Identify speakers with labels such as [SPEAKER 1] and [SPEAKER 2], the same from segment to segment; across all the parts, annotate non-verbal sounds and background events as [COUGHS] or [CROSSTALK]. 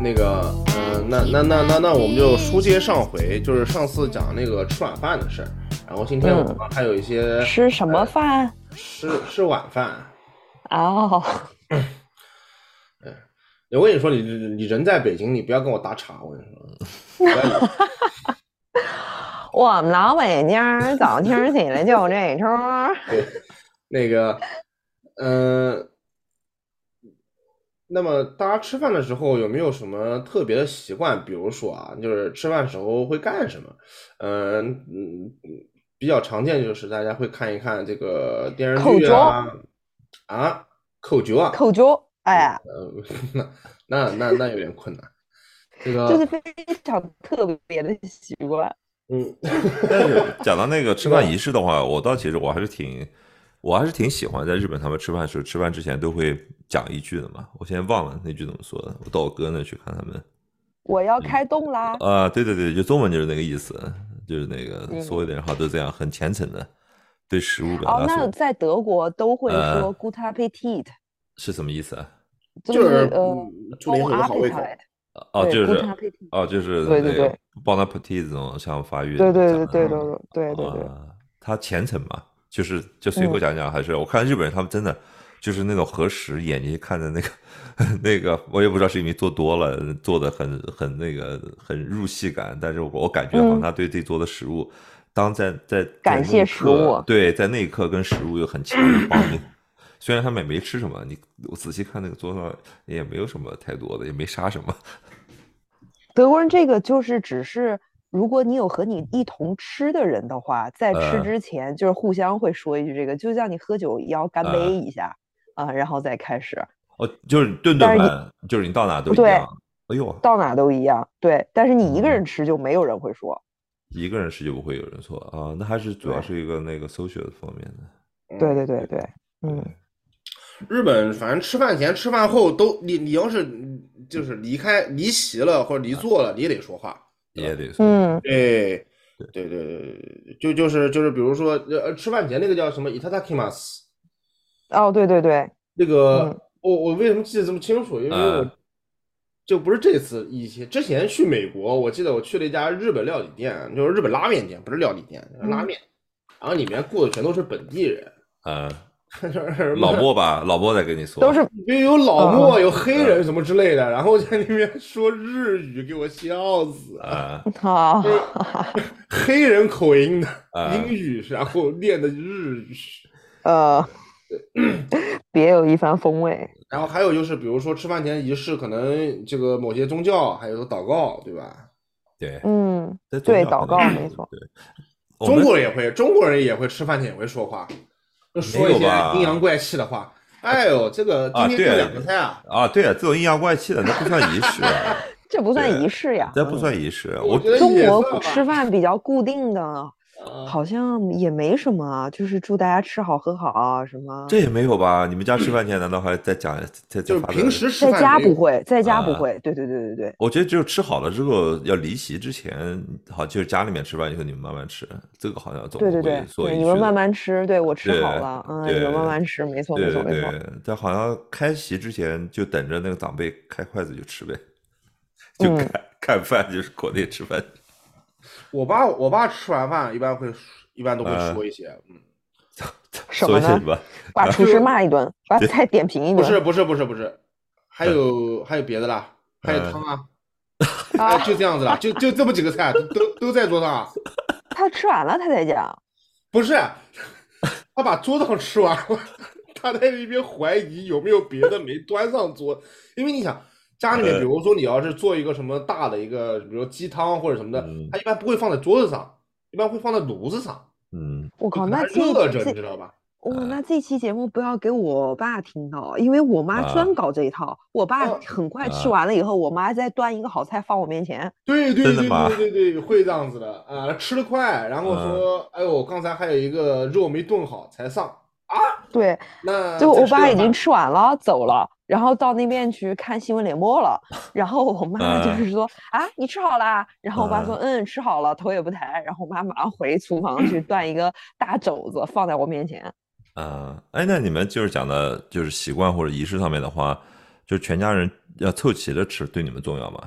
[SPEAKER 1] 那个，嗯、那那那那那我们就书接上回，就是上次讲那个吃晚饭的事儿，然后今天我们还有一些
[SPEAKER 2] 吃什么饭？
[SPEAKER 1] 吃吃晚饭。
[SPEAKER 2] 哦，
[SPEAKER 1] 我跟你说，你你人在北京，你不要跟我打岔，我跟你说，不要理我
[SPEAKER 2] 我们老北京儿早听起来就这出儿。
[SPEAKER 1] 对，那个，嗯，那么大家吃饭的时候有没有什么特别的习惯？比如说啊，就是吃饭时候会干什么？嗯嗯，比较常见就是大家会看一看这个电视
[SPEAKER 2] 扣
[SPEAKER 1] 剧
[SPEAKER 2] 脚
[SPEAKER 1] 啊，啊，扣球啊，
[SPEAKER 2] 扣脚，哎，
[SPEAKER 1] 呃，那那那那有点困难。这个
[SPEAKER 2] 这是非常特别的习惯。
[SPEAKER 1] 嗯，
[SPEAKER 3] 但是讲到那个吃饭仪式的话，我倒其实我还是挺，我还是挺喜欢在日本他们吃饭的时候，吃饭之前都会讲一句的嘛。我现在忘了那句怎么说的，我到我哥那去看他们。
[SPEAKER 2] 我要开动啦！
[SPEAKER 3] 啊，对对对，就中文就是那个意思，就是那个
[SPEAKER 2] 嗯
[SPEAKER 3] 所有的人好像都这样，很虔诚的对食物表
[SPEAKER 2] 哦，
[SPEAKER 3] 达
[SPEAKER 2] 那
[SPEAKER 3] 是
[SPEAKER 2] 在德国都会
[SPEAKER 3] 呃
[SPEAKER 2] 说 “good appetit”，
[SPEAKER 3] 是什么意思啊？
[SPEAKER 2] 就
[SPEAKER 1] 就是
[SPEAKER 2] 呃，
[SPEAKER 1] 嗯祝你有个好胃口。
[SPEAKER 2] appetite，
[SPEAKER 3] 哦，
[SPEAKER 2] 对
[SPEAKER 3] 就
[SPEAKER 2] good
[SPEAKER 3] 是
[SPEAKER 2] appetit
[SPEAKER 3] 哦，就是
[SPEAKER 2] 对对
[SPEAKER 3] 那个
[SPEAKER 2] 对
[SPEAKER 3] bon appetit 这种像法语
[SPEAKER 2] 对对
[SPEAKER 3] 讲
[SPEAKER 2] 对对对
[SPEAKER 3] 的那种
[SPEAKER 2] 对对对对，
[SPEAKER 3] 啊，他虔诚嘛，就是就随口
[SPEAKER 2] 嗯
[SPEAKER 3] 讲讲，还是我看日本人他们真的就是那种核实，眼睛看着那个 [LAUGHS] 那个，我也不知道是因为做多了，做的很很那个很入戏感，但是我我感觉好像
[SPEAKER 2] 嗯
[SPEAKER 3] 他对自己做的食物，当在在在
[SPEAKER 2] 感
[SPEAKER 3] 那
[SPEAKER 2] 谢
[SPEAKER 3] 一
[SPEAKER 2] 食
[SPEAKER 3] 刻
[SPEAKER 2] 物
[SPEAKER 3] 对，在那一刻跟食物有很强的绑定。虽然他们也没吃什么，你我仔细看那个桌上也没有什么太多的，也没杀什么。
[SPEAKER 2] 德国人这个就是只是，如果你有和你一同吃的人的话，在吃
[SPEAKER 3] 呃
[SPEAKER 2] 之前就是互相会说一句这个，就像你喝酒也要干
[SPEAKER 3] 呃
[SPEAKER 2] 杯一下啊，然后再开始，
[SPEAKER 3] 哦，就是顿
[SPEAKER 2] 但是
[SPEAKER 3] 顿
[SPEAKER 2] 你
[SPEAKER 3] 饭，就是你到哪都一
[SPEAKER 2] 对
[SPEAKER 3] 样。哎呦，
[SPEAKER 2] 到哪都一样。对，但是你一个
[SPEAKER 3] 嗯
[SPEAKER 2] 人吃就没有人会说。
[SPEAKER 3] 一个人吃就不会有人错啊，那还是主要是一个那个 social 方面的。
[SPEAKER 2] 对对对对，嗯，
[SPEAKER 1] 日本反正吃饭前、吃饭后都，你你要是就是离开离席了或者离座了，你也得说话。
[SPEAKER 3] 也得说，
[SPEAKER 2] 嗯，
[SPEAKER 1] 对，对对对对，就就是就是，比如说呃，吃饭前那个叫什么 “itadakimas”，
[SPEAKER 2] 哦，对对对，
[SPEAKER 1] 那个、
[SPEAKER 2] 嗯
[SPEAKER 1] 我我为什么记得这么清楚？因为我
[SPEAKER 3] 嗯
[SPEAKER 1] 就不是这次，以前之前去美国，我记得我去了一家日本料理店，就是日本拉面店，不是料理店，就是拉面，然后里面雇的全都是本地人，
[SPEAKER 3] 呃，
[SPEAKER 1] [LAUGHS] 就是 [LAUGHS]
[SPEAKER 3] 老莫吧，老莫在跟你说，
[SPEAKER 2] 都是
[SPEAKER 1] 因为有老
[SPEAKER 2] 嗯
[SPEAKER 1] 莫、有黑人什么之类的，然后在那边说日语，给我笑死。
[SPEAKER 3] 呃
[SPEAKER 2] 好，
[SPEAKER 1] 黑人口音的
[SPEAKER 2] 嗯
[SPEAKER 3] 啊
[SPEAKER 1] 英语，然后练的日语，
[SPEAKER 2] 呃，别有一番风味。
[SPEAKER 1] 然后还有就是，比如说吃饭前仪式，可能这个某些宗教，还有祷告，对吧？
[SPEAKER 3] 对，
[SPEAKER 2] 嗯，
[SPEAKER 3] 在宗
[SPEAKER 2] 对，
[SPEAKER 3] 教
[SPEAKER 2] 祷
[SPEAKER 3] 方
[SPEAKER 2] 告
[SPEAKER 3] 面
[SPEAKER 2] 没错。
[SPEAKER 3] 对，
[SPEAKER 2] 哦
[SPEAKER 3] 我
[SPEAKER 1] 中
[SPEAKER 3] 们
[SPEAKER 1] 国人也会，中国人也会吃饭前也会说话，就说一
[SPEAKER 3] 没
[SPEAKER 1] 些
[SPEAKER 3] 有吧
[SPEAKER 1] 阴阳怪气的话。哎呦，这个今
[SPEAKER 3] 啊
[SPEAKER 1] 天
[SPEAKER 3] 对
[SPEAKER 1] 这两个菜啊，
[SPEAKER 3] 啊，对啊，这种阴阳怪气的那不算仪式啊，
[SPEAKER 2] [LAUGHS] 这不算
[SPEAKER 3] 对
[SPEAKER 2] 仪式呀，嗯
[SPEAKER 3] 这不算仪式啊。
[SPEAKER 1] 我
[SPEAKER 3] 我
[SPEAKER 1] 觉得
[SPEAKER 2] 中
[SPEAKER 1] 也
[SPEAKER 2] 国
[SPEAKER 1] 算吧
[SPEAKER 2] 吃饭比较固定的，
[SPEAKER 1] 啊
[SPEAKER 2] 好像也没什么啊，就是祝大家吃好喝好啊，什么。
[SPEAKER 3] 这也没有吧？你们家吃饭前难道还在讲在
[SPEAKER 1] 就是
[SPEAKER 3] 在发表
[SPEAKER 1] 平？时吃
[SPEAKER 2] 在
[SPEAKER 1] 饭
[SPEAKER 2] 家
[SPEAKER 1] 没有
[SPEAKER 2] 不会，在家不
[SPEAKER 3] 啊
[SPEAKER 2] 会。对对对对对，
[SPEAKER 3] 我觉得只有吃好了之后，要离席之前，好就是家里面吃饭以后你们慢慢吃，这个好像总
[SPEAKER 2] 对对
[SPEAKER 3] 会
[SPEAKER 2] 对
[SPEAKER 3] 说
[SPEAKER 2] 对，
[SPEAKER 3] 一
[SPEAKER 2] 你
[SPEAKER 3] 句
[SPEAKER 2] 们
[SPEAKER 3] 的
[SPEAKER 2] 慢慢吃，对我吃好
[SPEAKER 3] 对
[SPEAKER 2] 了，嗯，你们
[SPEAKER 3] 对
[SPEAKER 2] 慢慢吃，没错没
[SPEAKER 3] 对
[SPEAKER 2] 错
[SPEAKER 3] 对
[SPEAKER 2] 没错。
[SPEAKER 3] 对，但好像开席之前就等着那个长辈开筷子就
[SPEAKER 2] [LAUGHS]
[SPEAKER 3] 吃呗，就
[SPEAKER 2] 嗯
[SPEAKER 3] [LAUGHS] 看、看饭，就是国内吃饭。
[SPEAKER 1] 我爸，我爸吃完饭一般会，一般都会
[SPEAKER 3] 啊
[SPEAKER 1] 说一些，嗯，
[SPEAKER 2] [LAUGHS] 什
[SPEAKER 3] 说
[SPEAKER 2] 么
[SPEAKER 3] 一些
[SPEAKER 2] 呢
[SPEAKER 3] 什么？
[SPEAKER 2] 把厨
[SPEAKER 1] 就
[SPEAKER 2] 师骂一顿，把菜点评一
[SPEAKER 1] 不是
[SPEAKER 2] 顿。
[SPEAKER 1] 不是不是不是，还有还有别的啦，还有
[SPEAKER 3] 嗯
[SPEAKER 1] 汤啊，
[SPEAKER 2] 啊
[SPEAKER 1] 哎，就这样子啦，就就这么几个菜都都都在桌上啊，
[SPEAKER 2] 他吃完了他才讲，
[SPEAKER 1] 不是，他把桌上吃完了，他在那边怀疑有没有别的没端上桌，因为你想家里面，
[SPEAKER 3] 呃
[SPEAKER 1] 比如说你要是做一个什么大的一个，比如说鸡汤或者什么的
[SPEAKER 3] 嗯，
[SPEAKER 1] 他一般不会放在桌子上，一般会放在炉子上，
[SPEAKER 3] 嗯，
[SPEAKER 2] 我靠，
[SPEAKER 1] 就
[SPEAKER 2] 那
[SPEAKER 1] 还
[SPEAKER 2] 这
[SPEAKER 1] 热着，
[SPEAKER 2] 这
[SPEAKER 1] 你知道吧？
[SPEAKER 2] 哇、那这期节目不要给我爸听到，因为我妈专
[SPEAKER 3] 啊
[SPEAKER 2] 搞这一套。我爸
[SPEAKER 1] 哦
[SPEAKER 2] 很快吃
[SPEAKER 3] 啊
[SPEAKER 2] 完了以后，我妈再端一个好菜放我面前。
[SPEAKER 1] 对对
[SPEAKER 3] 真的
[SPEAKER 1] 对
[SPEAKER 3] 吗嗯
[SPEAKER 1] 对对对，会这样子的啊、吃得快，然后说，哎呦，刚才还有一个肉没炖好才上，
[SPEAKER 2] 对，
[SPEAKER 3] 呃
[SPEAKER 1] 那
[SPEAKER 2] 就
[SPEAKER 1] 再
[SPEAKER 2] 我
[SPEAKER 1] 吃
[SPEAKER 2] 爸
[SPEAKER 1] 点
[SPEAKER 2] 已经
[SPEAKER 1] 饭
[SPEAKER 2] 吃完了，走了，然后到那边去看新闻联播
[SPEAKER 3] [LAUGHS]
[SPEAKER 2] 了。然后我妈就
[SPEAKER 3] 嗯
[SPEAKER 2] 是说：“啊，你吃好啦？”然后我爸说：“
[SPEAKER 3] 嗯
[SPEAKER 2] 嗯，吃好了，头也不抬。”然后我妈马上回厨房
[SPEAKER 3] [LAUGHS]
[SPEAKER 2] 去端一个大肘子放在我面前。
[SPEAKER 3] 啊、哎，那你们就是讲的，就是习惯或者仪式上面的话，就全家人要凑齐了吃，对你们重要吗？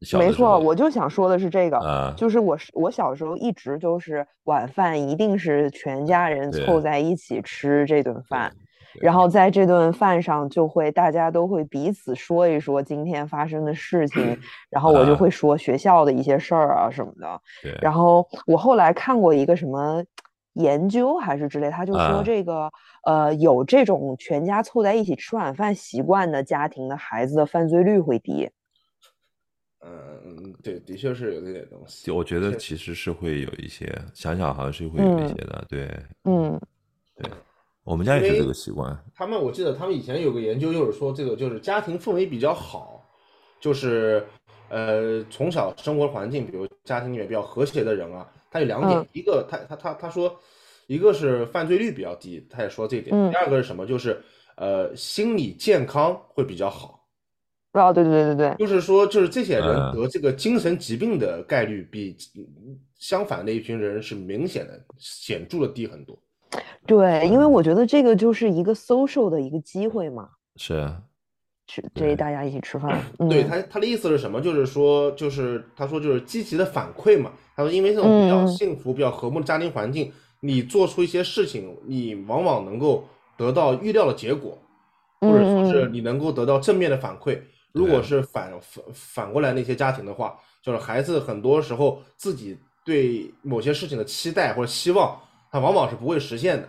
[SPEAKER 3] 小的
[SPEAKER 2] 没
[SPEAKER 3] 时
[SPEAKER 2] 错，
[SPEAKER 3] 候
[SPEAKER 2] 我就想说的是这个，
[SPEAKER 3] 啊，
[SPEAKER 2] 就是我是我小时候一直就是晚饭一定是全家人
[SPEAKER 3] 对
[SPEAKER 2] 凑在一起吃这顿饭，
[SPEAKER 3] 对
[SPEAKER 2] 然后在这顿饭上就会大家都会彼此说一说今天发生的事情，然后我就
[SPEAKER 3] 啊
[SPEAKER 2] 会说学校的一些事儿啊什么的。
[SPEAKER 3] 对，
[SPEAKER 2] 然后我后来看过一个什么研究还是之类，他就
[SPEAKER 3] 啊
[SPEAKER 2] 说这个、呃有这种全家凑在一起吃晚饭习惯的家庭的孩子的犯罪率会低。
[SPEAKER 1] 嗯，对，的确是有这点东西
[SPEAKER 3] 就。我觉得
[SPEAKER 1] 是
[SPEAKER 3] 其实是会有一些，想想好像是会有一
[SPEAKER 2] 嗯
[SPEAKER 3] 些的。对，
[SPEAKER 2] 嗯，
[SPEAKER 3] 我们家也
[SPEAKER 1] 因
[SPEAKER 3] 是这
[SPEAKER 1] 为
[SPEAKER 3] 个习惯。
[SPEAKER 1] 他们我记得他们以前有个研究，就是说这个就是家庭氛围比较好，就是呃从小生活环境，比如家庭里面比较和谐的人啊，他有两点，
[SPEAKER 2] 嗯
[SPEAKER 1] 一个他他他他说，一个是犯罪率比较低，他也说这点，
[SPEAKER 2] 嗯
[SPEAKER 1] 第二个是什么？就是呃心理健康会比较好。
[SPEAKER 2] 哦，对对对对对，
[SPEAKER 1] 就是说，就是这些人
[SPEAKER 3] 嗯
[SPEAKER 1] 得这个精神疾病的概率比嗯相反的一群人是明显的、显著的低很多。
[SPEAKER 2] 对，因为我觉得这个就是一个 social 的一个机会嘛，
[SPEAKER 3] 是，啊
[SPEAKER 2] 吃
[SPEAKER 3] 对
[SPEAKER 2] 这大家一起吃饭。
[SPEAKER 1] 对
[SPEAKER 2] 嗯
[SPEAKER 1] 他他的意思是什么？就是说，就是他说就是积极的反馈嘛。他说，因为这种比较
[SPEAKER 2] 嗯嗯
[SPEAKER 1] 幸福、比较和睦的家庭环境，你做出一些事情，你往往能够得到预料的结果，或者说是
[SPEAKER 2] 嗯
[SPEAKER 1] 你能够得到正面的反馈。如
[SPEAKER 3] 对
[SPEAKER 1] 果是反反反过来那些家庭的话，就是孩子很多时候自己对某些事情的期待或者希望，他往往是不会实现的。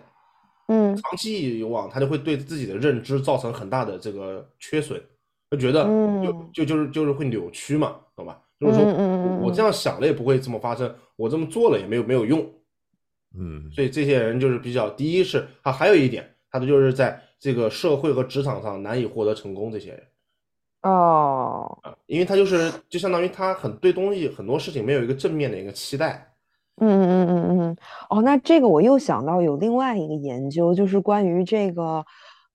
[SPEAKER 2] 嗯
[SPEAKER 1] 长期以往，他就会对自己的认知造成很大的这个缺损，就觉得就
[SPEAKER 2] 嗯
[SPEAKER 1] 就就是就是会扭曲嘛，懂吧？就是说
[SPEAKER 2] 嗯
[SPEAKER 1] 我
[SPEAKER 2] 嗯
[SPEAKER 1] 我这样想了也不会这么发生，我这么做了也没有没有用，
[SPEAKER 3] 嗯，
[SPEAKER 1] 所以这些人就是比较，第一是他还有一点，他的就是在这个社会和职场上难以获得成功，这些人
[SPEAKER 2] 哦
[SPEAKER 1] 啊，因为他就是就相当于他很对东西很多事情没有一个正面的一个期待，
[SPEAKER 2] 嗯嗯嗯嗯嗯哦，那这个我又想到有另外一个研究，就是关于这个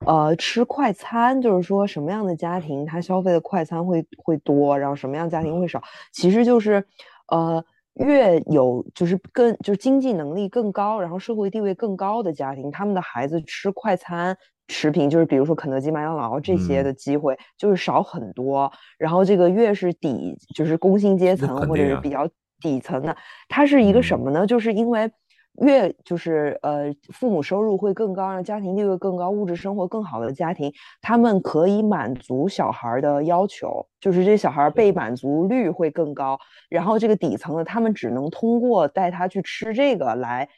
[SPEAKER 2] 呃吃快餐，就是说什么样的家庭他消费的快餐会会多，然后什么样家庭会少，其实就是呃。越有就是更就是经济能力更高，然后社会地位更高的家庭，他们的孩子吃快餐食品，就是比如说肯德基、麦当劳这些
[SPEAKER 3] 嗯
[SPEAKER 2] 的机会就是少很多。然后这个越是底就是工薪阶
[SPEAKER 3] 那
[SPEAKER 2] 层
[SPEAKER 3] 肯
[SPEAKER 2] 或者
[SPEAKER 3] 定
[SPEAKER 2] 是
[SPEAKER 3] 啊
[SPEAKER 2] 比较底层的，它是一个什
[SPEAKER 3] 嗯
[SPEAKER 2] 么呢？就是因为越就是呃父母收入会更高，让家庭地位更高，物质生活更好的家庭，他们可以满足小孩儿的要求，就是这小孩儿被满足率会更高。然后这个底层的他们只能通过带他去吃这个来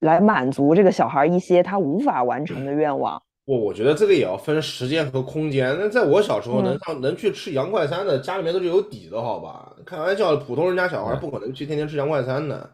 [SPEAKER 2] 来满足这个小孩儿一些他无法完成的愿望。
[SPEAKER 1] 我我觉得这个也要分时间和空间。那在我小时候，能
[SPEAKER 2] 嗯
[SPEAKER 1] 上能去吃洋快餐的，家里面都是有底的，好吧？开玩笑，普通人家小孩
[SPEAKER 3] 嗯
[SPEAKER 1] 不可能去天天吃洋快餐的。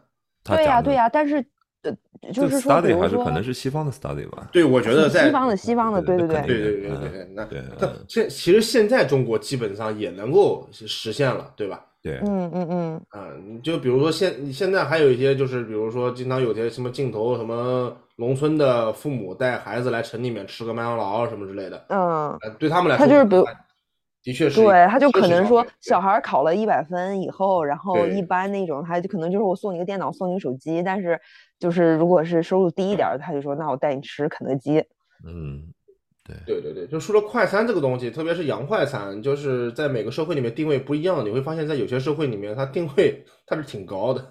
[SPEAKER 3] 他
[SPEAKER 2] 对呀、
[SPEAKER 3] 讲的
[SPEAKER 2] 对呀、但是呃
[SPEAKER 3] 这
[SPEAKER 2] 就是说，比
[SPEAKER 3] study
[SPEAKER 2] 如
[SPEAKER 3] 还是
[SPEAKER 2] 说
[SPEAKER 3] 可能是西方的 study 吧。
[SPEAKER 1] 对，我觉得
[SPEAKER 2] 西
[SPEAKER 1] 在
[SPEAKER 2] 方的西方的，对
[SPEAKER 3] 对
[SPEAKER 2] 对
[SPEAKER 3] 对
[SPEAKER 2] 对。
[SPEAKER 1] 对对对
[SPEAKER 3] 嗯
[SPEAKER 1] 对对，那
[SPEAKER 3] 对
[SPEAKER 1] 但
[SPEAKER 3] 嗯
[SPEAKER 1] 现其实现在中国基本上也能够实现了，对吧？
[SPEAKER 3] 对，
[SPEAKER 2] 嗯嗯嗯，
[SPEAKER 1] 啊，你就比如说现你现在还有一些就是，比如说经常有些什么镜头，什么农村的父母带孩子来城里面吃个麦当劳啊什么之类的，
[SPEAKER 2] 嗯，
[SPEAKER 1] 呃，对他们来
[SPEAKER 2] 他
[SPEAKER 1] 说，
[SPEAKER 2] 就是比如
[SPEAKER 1] 的确是一个
[SPEAKER 2] 对，他就
[SPEAKER 1] 奢
[SPEAKER 2] 可
[SPEAKER 1] 侈
[SPEAKER 2] 能
[SPEAKER 1] 消
[SPEAKER 2] 说
[SPEAKER 1] 费
[SPEAKER 2] 小孩儿考了一百分以后，然后
[SPEAKER 1] 对
[SPEAKER 2] 一般那种他就可能就是我送你个电脑，送你个手机，但是就是如果是收入低一点儿，他就说那我带你吃肯德基。
[SPEAKER 3] 嗯，对，
[SPEAKER 1] 对对对，就说到快餐这个东西，特别是洋快餐，就是在每个社会里面定位不一样，你会发现在有些社会里面，它定位它是挺高的。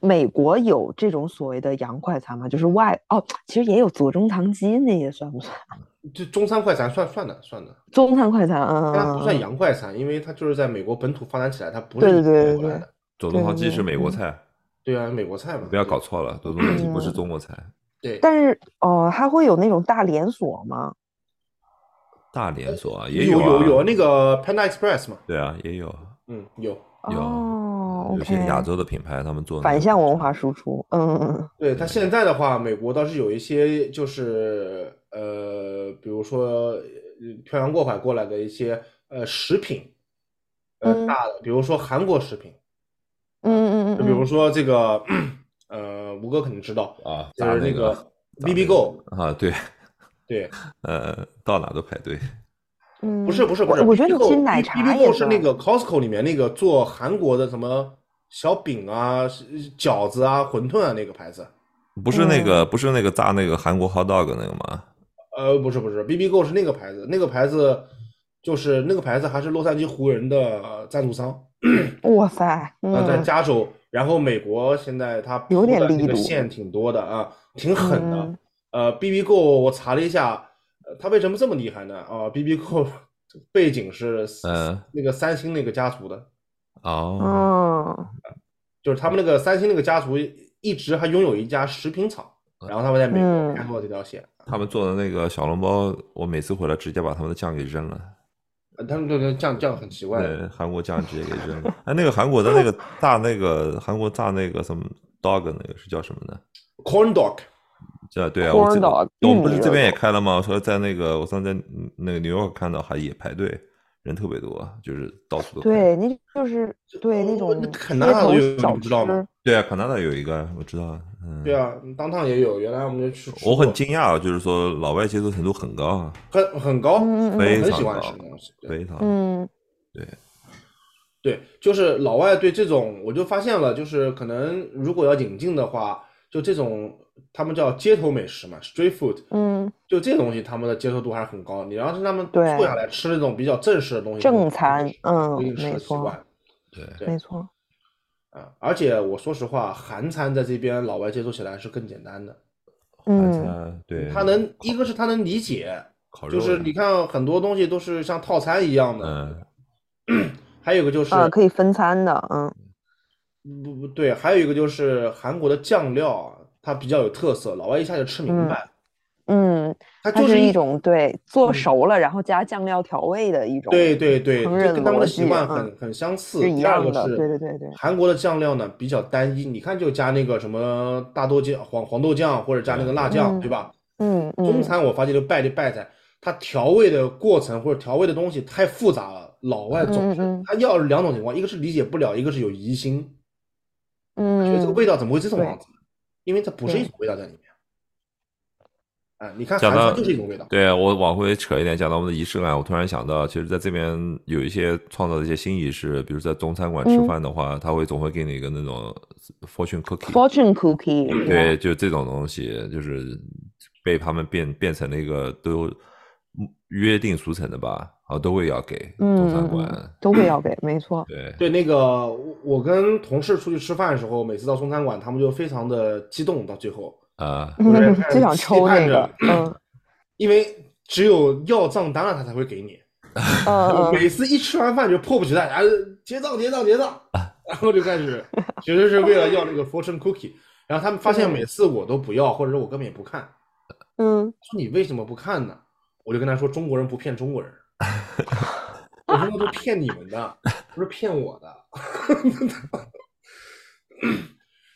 [SPEAKER 2] 美国有这种所谓的洋快餐吗？就是外哦，其实也有左宗棠鸡，那也算不算
[SPEAKER 1] 就中餐快餐算算的算的，
[SPEAKER 2] 中餐快餐？嗯，
[SPEAKER 1] 但它不算
[SPEAKER 2] 嗯
[SPEAKER 1] 洋快餐，因为它就是在美国本土发展起来，它不是
[SPEAKER 2] 对对
[SPEAKER 1] 美国
[SPEAKER 2] 对对
[SPEAKER 1] 过来
[SPEAKER 2] 对
[SPEAKER 1] 的。
[SPEAKER 3] 左宗棠
[SPEAKER 2] 对
[SPEAKER 3] 鸡
[SPEAKER 2] 对
[SPEAKER 3] 是美国
[SPEAKER 2] 嗯
[SPEAKER 3] 菜，
[SPEAKER 1] 对啊，美国菜嘛。
[SPEAKER 3] 不要搞错了，左宗棠鸡不是
[SPEAKER 2] 嗯
[SPEAKER 3] 中国菜。
[SPEAKER 1] 对，
[SPEAKER 2] 但是哦，它会有那种大连锁吗？
[SPEAKER 3] 大连锁啊，也
[SPEAKER 1] 有有
[SPEAKER 3] 啊，
[SPEAKER 1] 有那个 Panda Express 嘛，
[SPEAKER 3] 对啊，也有啊，
[SPEAKER 1] 嗯，有。
[SPEAKER 3] 有
[SPEAKER 2] 哦
[SPEAKER 3] 有些
[SPEAKER 2] ，OK，
[SPEAKER 3] 亚洲的品牌他们做的
[SPEAKER 2] 反
[SPEAKER 3] 那
[SPEAKER 2] 向
[SPEAKER 3] 种
[SPEAKER 2] 文化输出，嗯嗯嗯。
[SPEAKER 1] 对，它现在的话，美国倒是有一些就是呃，比如说呃漂洋过海过来的一些呃食品，呃
[SPEAKER 2] 嗯
[SPEAKER 1] 大的，比如说韩国食品。
[SPEAKER 2] 嗯嗯
[SPEAKER 1] 啊就比如说这个，呃，吴哥肯定知道，
[SPEAKER 3] 啊，
[SPEAKER 1] 就
[SPEAKER 3] 炸
[SPEAKER 1] 是那
[SPEAKER 3] 个
[SPEAKER 1] 个
[SPEAKER 3] 炸
[SPEAKER 1] B B
[SPEAKER 3] 那个
[SPEAKER 1] Go，
[SPEAKER 3] 啊，对，
[SPEAKER 1] 对，
[SPEAKER 3] 呃，到哪都排队。
[SPEAKER 2] 嗯，
[SPEAKER 1] 不是不是不是，
[SPEAKER 2] 我我觉得
[SPEAKER 1] BBGO
[SPEAKER 2] 你其实奶
[SPEAKER 1] B-
[SPEAKER 2] 茶
[SPEAKER 1] BBGO
[SPEAKER 2] 也
[SPEAKER 1] 是那个 Costco 里面那个做韩国的什么小饼啊、是饺子啊、馄饨啊那个牌子。
[SPEAKER 3] 不是那个，不是那个炸那个韩国 hot dog 那个吗？
[SPEAKER 1] 呃，不是不是，B B Go 是那个牌子，那个牌子就是那个牌子还是洛杉矶湖人的赞助商，
[SPEAKER 2] 哇塞，
[SPEAKER 1] 啊，在
[SPEAKER 2] 嗯
[SPEAKER 1] 加州，然后美国现在它
[SPEAKER 2] 有
[SPEAKER 1] 铺
[SPEAKER 2] 点
[SPEAKER 1] 的那
[SPEAKER 2] 力
[SPEAKER 1] 个
[SPEAKER 2] 度
[SPEAKER 1] 线挺多的啊，挺狠的。
[SPEAKER 2] 嗯
[SPEAKER 1] 呃，B B Go 我查了一下，呃它为什么这么厉害呢？啊，B B Go [LAUGHS] 背景是
[SPEAKER 3] 嗯
[SPEAKER 1] 那个三星那个家族的，
[SPEAKER 3] 哦，
[SPEAKER 2] 嗯，
[SPEAKER 1] 就是
[SPEAKER 3] 嗯
[SPEAKER 1] 他们那个三星那个家族一直还拥有一家食品厂，
[SPEAKER 3] 嗯
[SPEAKER 1] 然后他们在美
[SPEAKER 2] 嗯
[SPEAKER 1] 国开拓这条线。
[SPEAKER 3] 他们做的那个小笼包，我每次回来直接把他们的酱给扔了，
[SPEAKER 1] 呃他们这个酱酱很奇怪的，
[SPEAKER 3] 对，韩国酱直接给扔了。哎，那个韩国的那个大那个韩国大那个什么 dog 那个是叫什么呢？
[SPEAKER 1] corn dog，
[SPEAKER 3] 这对啊，我
[SPEAKER 2] Corn
[SPEAKER 3] 记得
[SPEAKER 2] dog，
[SPEAKER 3] 我
[SPEAKER 2] 玉
[SPEAKER 3] 们不
[SPEAKER 2] 米
[SPEAKER 3] 是这边
[SPEAKER 2] 热
[SPEAKER 3] 也开了吗？我说在那个我上次在那个 New York 看到还也排队，人特别多，就是到处都排
[SPEAKER 2] 对，那就是对那
[SPEAKER 1] 我
[SPEAKER 2] 种
[SPEAKER 1] 哦肯
[SPEAKER 2] 街
[SPEAKER 1] 纳
[SPEAKER 2] 头
[SPEAKER 1] 都有
[SPEAKER 2] 小
[SPEAKER 1] 你不知道吗
[SPEAKER 2] 吃
[SPEAKER 3] 对啊，加拿大有一个我知道啊，嗯，
[SPEAKER 1] 对啊，当趟也有，原来我们就去吃
[SPEAKER 3] 我
[SPEAKER 1] 过
[SPEAKER 3] 很惊讶，啊就是说老外接受程度很高啊，
[SPEAKER 1] 很很高，
[SPEAKER 2] 嗯嗯
[SPEAKER 1] 我
[SPEAKER 3] 非
[SPEAKER 1] 很
[SPEAKER 3] 常
[SPEAKER 1] 喜欢
[SPEAKER 3] 高
[SPEAKER 1] 吃那东西。对
[SPEAKER 3] 非常
[SPEAKER 2] 嗯
[SPEAKER 1] 对，就是老外对这种，我就发现了，就是可能如果要引进的话，就这种他们叫街头美食嘛，street food，
[SPEAKER 2] 嗯，
[SPEAKER 1] 就这东西他们的接受度还是很高。你要是让他们坐
[SPEAKER 2] 对
[SPEAKER 1] 下来吃那种比较正式的东西，
[SPEAKER 2] 正餐，
[SPEAKER 1] 不
[SPEAKER 2] 嗯
[SPEAKER 1] 一定，吃
[SPEAKER 2] 没
[SPEAKER 1] 得习
[SPEAKER 2] 错
[SPEAKER 1] 惯
[SPEAKER 3] 对
[SPEAKER 1] 对
[SPEAKER 2] 没错，
[SPEAKER 1] 啊。而且我说实话，韩餐在这边老外接受起来是更简单的，
[SPEAKER 3] 韩
[SPEAKER 2] 嗯
[SPEAKER 3] 餐对，
[SPEAKER 1] 他能一个是他能理解，
[SPEAKER 3] 烤
[SPEAKER 1] 就
[SPEAKER 3] 肉
[SPEAKER 1] 是你看很多东西都是像套餐一样的，
[SPEAKER 3] 嗯
[SPEAKER 1] 还有一个就是
[SPEAKER 2] 啊，可以分餐的，嗯
[SPEAKER 1] 不不对，还有一个就是韩国的酱料啊，它比较有特色，老外一下就吃明
[SPEAKER 2] 嗯
[SPEAKER 1] 白。
[SPEAKER 2] 嗯，
[SPEAKER 1] 它
[SPEAKER 2] 它
[SPEAKER 1] 就是是
[SPEAKER 2] 一种对做
[SPEAKER 1] 嗯
[SPEAKER 2] 熟了然后加酱料调味的一种，
[SPEAKER 1] 对对对，
[SPEAKER 2] 烹
[SPEAKER 1] 就
[SPEAKER 2] 饪
[SPEAKER 1] 跟他们
[SPEAKER 2] 逻
[SPEAKER 1] 的习
[SPEAKER 2] 辑
[SPEAKER 1] 惯
[SPEAKER 2] 嗯
[SPEAKER 1] 很很相似。
[SPEAKER 2] 是一
[SPEAKER 1] 第二
[SPEAKER 2] 样
[SPEAKER 1] 个
[SPEAKER 2] 的
[SPEAKER 1] 是，
[SPEAKER 2] 对对对对
[SPEAKER 1] 韩国的酱料呢比较单一，你看就加那个什么大豆酱、黄黄豆酱或者加那个辣酱，
[SPEAKER 2] 嗯
[SPEAKER 1] 对吧？
[SPEAKER 2] 嗯
[SPEAKER 1] 中
[SPEAKER 2] 嗯，
[SPEAKER 1] 餐我发现就败就败在它调味的过程或者调味的东西太复杂了，老外总是
[SPEAKER 2] 嗯嗯
[SPEAKER 1] 他要两种情况，一个是理解不了，一个是有疑心，
[SPEAKER 2] 嗯，
[SPEAKER 1] 觉得这个味道怎么会这种
[SPEAKER 2] 对
[SPEAKER 1] 样子？因为它不是一
[SPEAKER 2] 对
[SPEAKER 1] 种味道在里面。啊，你看
[SPEAKER 3] 讲
[SPEAKER 1] 韩餐
[SPEAKER 3] 到
[SPEAKER 1] 就是一种味道。
[SPEAKER 3] 对啊我往回扯一点，讲到我们的仪式感，我突然想到，其实在这边有一些创造的一些新仪式，比如在中餐馆吃
[SPEAKER 2] 嗯
[SPEAKER 3] 饭的话，他会总会给你一个那种 fortune cookie，
[SPEAKER 2] fortune cookie，
[SPEAKER 3] 嗯对，就这种东西，就是被他们变变成了一个都约定俗成的吧，啊，都会要给中
[SPEAKER 2] 嗯
[SPEAKER 3] 餐
[SPEAKER 2] 嗯
[SPEAKER 3] 馆，
[SPEAKER 2] 嗯，都会要给，没错，
[SPEAKER 3] 对，
[SPEAKER 1] 对，那个我我跟同事出去吃饭的时候，每次到中餐馆，他们就非常的激动，到最后，
[SPEAKER 3] 啊、
[SPEAKER 1] 是
[SPEAKER 2] 嗯
[SPEAKER 1] 看
[SPEAKER 2] [LAUGHS] 就想
[SPEAKER 1] 期
[SPEAKER 2] 抽
[SPEAKER 1] 盼
[SPEAKER 2] 那
[SPEAKER 1] 着
[SPEAKER 2] 个，嗯
[SPEAKER 1] 因为只有要账单了，他才会给你。
[SPEAKER 2] 嗯嗯。
[SPEAKER 1] 每次一吃完饭就迫不及待，哎，结账结账结账，然后就开
[SPEAKER 2] [LAUGHS]
[SPEAKER 1] 始，其实是为了要那个 fortune cookie。然后他们发现
[SPEAKER 2] 对
[SPEAKER 1] 每次我都不要，或者说我根本也不看，
[SPEAKER 2] 嗯，
[SPEAKER 1] 说你为什么不看呢？我就跟他说中国人不骗中国人， [LAUGHS] 我说那都骗你们的，不是骗我的。 [LAUGHS]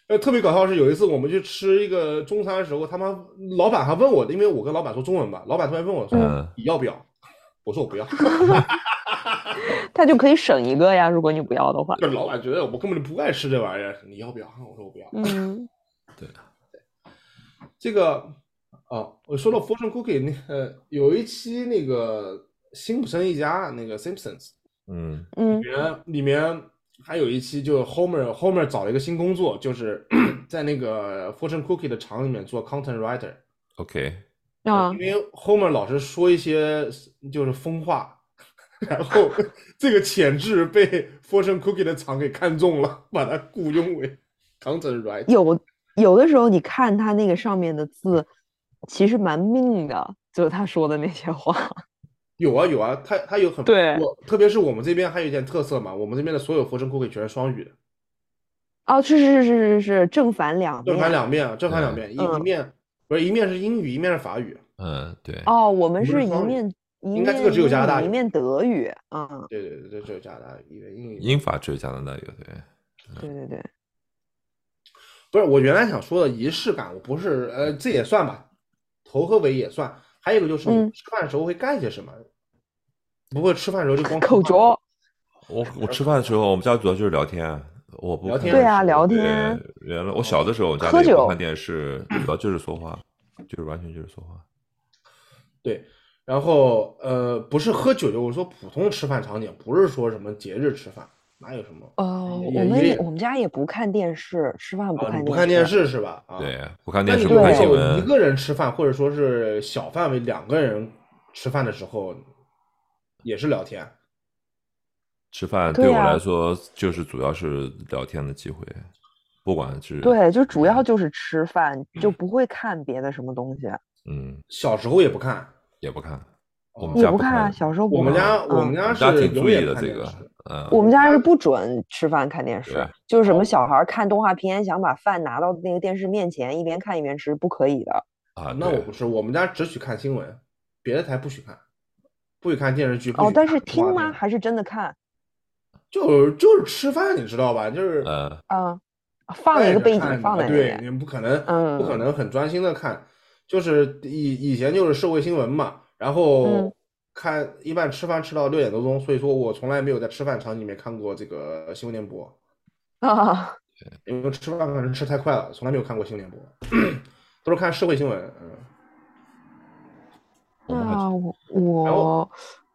[SPEAKER 1] 呃，特别搞笑是有一次我们去吃一个中餐的时候，他们老板还问我，因为我跟老板说中文嘛，老板突然问我说、
[SPEAKER 3] 嗯
[SPEAKER 1] 你要不要？ [LAUGHS] 我说我不要， [LAUGHS]
[SPEAKER 2] 他就可以省一个呀，如果你不要的话。
[SPEAKER 1] 就老板觉得我根本就不爱吃这玩意儿，你要不要？我说我不要。
[SPEAKER 2] 嗯
[SPEAKER 1] 这个哦，我说到 fortune cookie 那个有一期那个辛普森一家那个 Simpsons。
[SPEAKER 3] 嗯，
[SPEAKER 2] 嗯
[SPEAKER 1] 里面里面还有一期就是 Homer Homer 找了一个新工作，就是 [COUGHS] 在那个 Fortune Cookie 的厂里面做 content writer，
[SPEAKER 3] ，OK，
[SPEAKER 2] 啊
[SPEAKER 1] 因，为 Homer 老是说一些就是疯话， [LAUGHS] 然后 [LAUGHS] 这个潜质被 Fortune Cookie 的厂给看中了， [LAUGHS] 把他雇佣为 content writer。
[SPEAKER 2] 有有的时候你看他那个上面的字，其实蛮命的，就是他说的那些话。 [LAUGHS]
[SPEAKER 1] 有啊有啊，他他有很
[SPEAKER 2] 对
[SPEAKER 1] 我特别是我们这边还有一点特色嘛，我们这边的所有 Fortune Cookie 全是双语的。
[SPEAKER 2] 哦，是是是是是，正反两
[SPEAKER 1] 正
[SPEAKER 2] 面。
[SPEAKER 1] 反两面啊，正反两面，一一
[SPEAKER 2] 嗯
[SPEAKER 1] 面不是一面是英语，一面是法语。
[SPEAKER 3] 嗯，对，
[SPEAKER 2] 哦，我们
[SPEAKER 1] 不是
[SPEAKER 2] 是一
[SPEAKER 1] 双语
[SPEAKER 2] 面一
[SPEAKER 1] 应该
[SPEAKER 2] 面
[SPEAKER 1] 这个只有
[SPEAKER 2] 英
[SPEAKER 1] 加拿大
[SPEAKER 2] 语一
[SPEAKER 1] 有
[SPEAKER 2] 面德语。嗯，
[SPEAKER 1] 对对对对，只有加拿大语言英语。
[SPEAKER 3] 英法只有加拿大有，对，
[SPEAKER 2] 对对对，
[SPEAKER 1] 不是我原来想说的仪式感，我不是呃，这也算吧，头和尾也算。还有一个就是你
[SPEAKER 2] 嗯
[SPEAKER 1] 吃饭的时候会干些什么，不会吃饭的时候就光
[SPEAKER 2] 口
[SPEAKER 1] 吃饭
[SPEAKER 2] 嚼。
[SPEAKER 3] 我我吃饭的时候，我们家主要就是聊天，我不
[SPEAKER 1] 聊
[SPEAKER 3] 看
[SPEAKER 1] 天
[SPEAKER 3] 电
[SPEAKER 1] 对啊
[SPEAKER 3] 视
[SPEAKER 2] 聊
[SPEAKER 3] 对
[SPEAKER 2] 天
[SPEAKER 3] 原来我小的时候，我家
[SPEAKER 2] 喝
[SPEAKER 3] 里也不
[SPEAKER 2] 酒
[SPEAKER 3] 看电视，主要就是说话，就是完全就是说话。
[SPEAKER 1] 对，然后呃，不是喝酒，我说普通吃饭场景，不是说什么节日吃饭，哪有什么？
[SPEAKER 2] 哦，
[SPEAKER 1] 哎也
[SPEAKER 2] 我们
[SPEAKER 1] 也
[SPEAKER 2] 也我们家也不看电视，吃饭不
[SPEAKER 1] 啊，
[SPEAKER 2] 看
[SPEAKER 1] 你不看电
[SPEAKER 2] 电视。
[SPEAKER 1] 视是吧？啊，
[SPEAKER 3] 对，不看
[SPEAKER 1] 那
[SPEAKER 3] 电
[SPEAKER 1] 你
[SPEAKER 3] 视，
[SPEAKER 1] 如
[SPEAKER 3] 不
[SPEAKER 1] 果
[SPEAKER 3] 看
[SPEAKER 2] 对
[SPEAKER 3] 新
[SPEAKER 1] 有一
[SPEAKER 3] 闻，
[SPEAKER 1] 个人吃饭，或者说是小范围两个人吃饭的时候，也是聊天。
[SPEAKER 3] 吃饭
[SPEAKER 2] 对
[SPEAKER 3] 对我
[SPEAKER 2] 啊
[SPEAKER 3] 来说就是主要是聊天的机会，不管是
[SPEAKER 2] 对，就主要就是吃饭，就不会看别的什么东西。
[SPEAKER 3] 嗯
[SPEAKER 1] 小时候也不看，
[SPEAKER 3] 也不看，我们
[SPEAKER 2] 你
[SPEAKER 3] 家
[SPEAKER 2] 不
[SPEAKER 3] 不
[SPEAKER 2] 看啊，小时候不
[SPEAKER 1] 我们
[SPEAKER 2] 看
[SPEAKER 1] 家
[SPEAKER 2] 嗯
[SPEAKER 1] 我们
[SPEAKER 3] 我
[SPEAKER 1] 家
[SPEAKER 3] 们家
[SPEAKER 1] 是
[SPEAKER 3] 挺
[SPEAKER 1] 永
[SPEAKER 3] 注意
[SPEAKER 1] 远
[SPEAKER 3] 的
[SPEAKER 1] 看
[SPEAKER 3] 这
[SPEAKER 1] 电
[SPEAKER 3] 个
[SPEAKER 1] 视。，
[SPEAKER 3] 嗯，
[SPEAKER 2] 我们家是不准吃饭看电视
[SPEAKER 3] 对，
[SPEAKER 2] 就是
[SPEAKER 1] 哦
[SPEAKER 2] 什么小孩儿看动画片，想把饭拿到那个电视面前，一边看一边吃，不可以的。
[SPEAKER 3] 啊，
[SPEAKER 1] 那
[SPEAKER 3] 对
[SPEAKER 1] 我不是，我们家只许看新闻，别的台不许看，不许看电视剧。不
[SPEAKER 2] 哦
[SPEAKER 1] 许，
[SPEAKER 2] 但
[SPEAKER 1] 看
[SPEAKER 2] 是
[SPEAKER 1] 动画
[SPEAKER 2] 听吗？
[SPEAKER 1] 片？
[SPEAKER 2] 还是真的看？
[SPEAKER 1] 就是就是吃饭，你知道吧？就是
[SPEAKER 3] 呃，
[SPEAKER 2] 嗯，放
[SPEAKER 1] 带
[SPEAKER 2] 一个
[SPEAKER 1] 着
[SPEAKER 2] 背
[SPEAKER 1] 看
[SPEAKER 2] 景放
[SPEAKER 1] 的啊
[SPEAKER 2] 在那
[SPEAKER 1] 对，
[SPEAKER 2] 里。
[SPEAKER 1] 你不可能，不可
[SPEAKER 2] 嗯
[SPEAKER 1] 能很专心的看。就是以以前就是社会新闻嘛，然后
[SPEAKER 2] 嗯
[SPEAKER 1] 看一般吃饭吃到六点多钟，所以说我从来没有在吃饭场里面看过这个新闻联播，
[SPEAKER 2] 啊，
[SPEAKER 1] 因为吃饭可能吃太快了，从来没有看过新闻联播， [COUGHS] 都是看社会新闻。嗯，
[SPEAKER 2] 嗯
[SPEAKER 3] 我们还
[SPEAKER 1] 哎
[SPEAKER 2] 那我
[SPEAKER 1] 然后
[SPEAKER 2] 我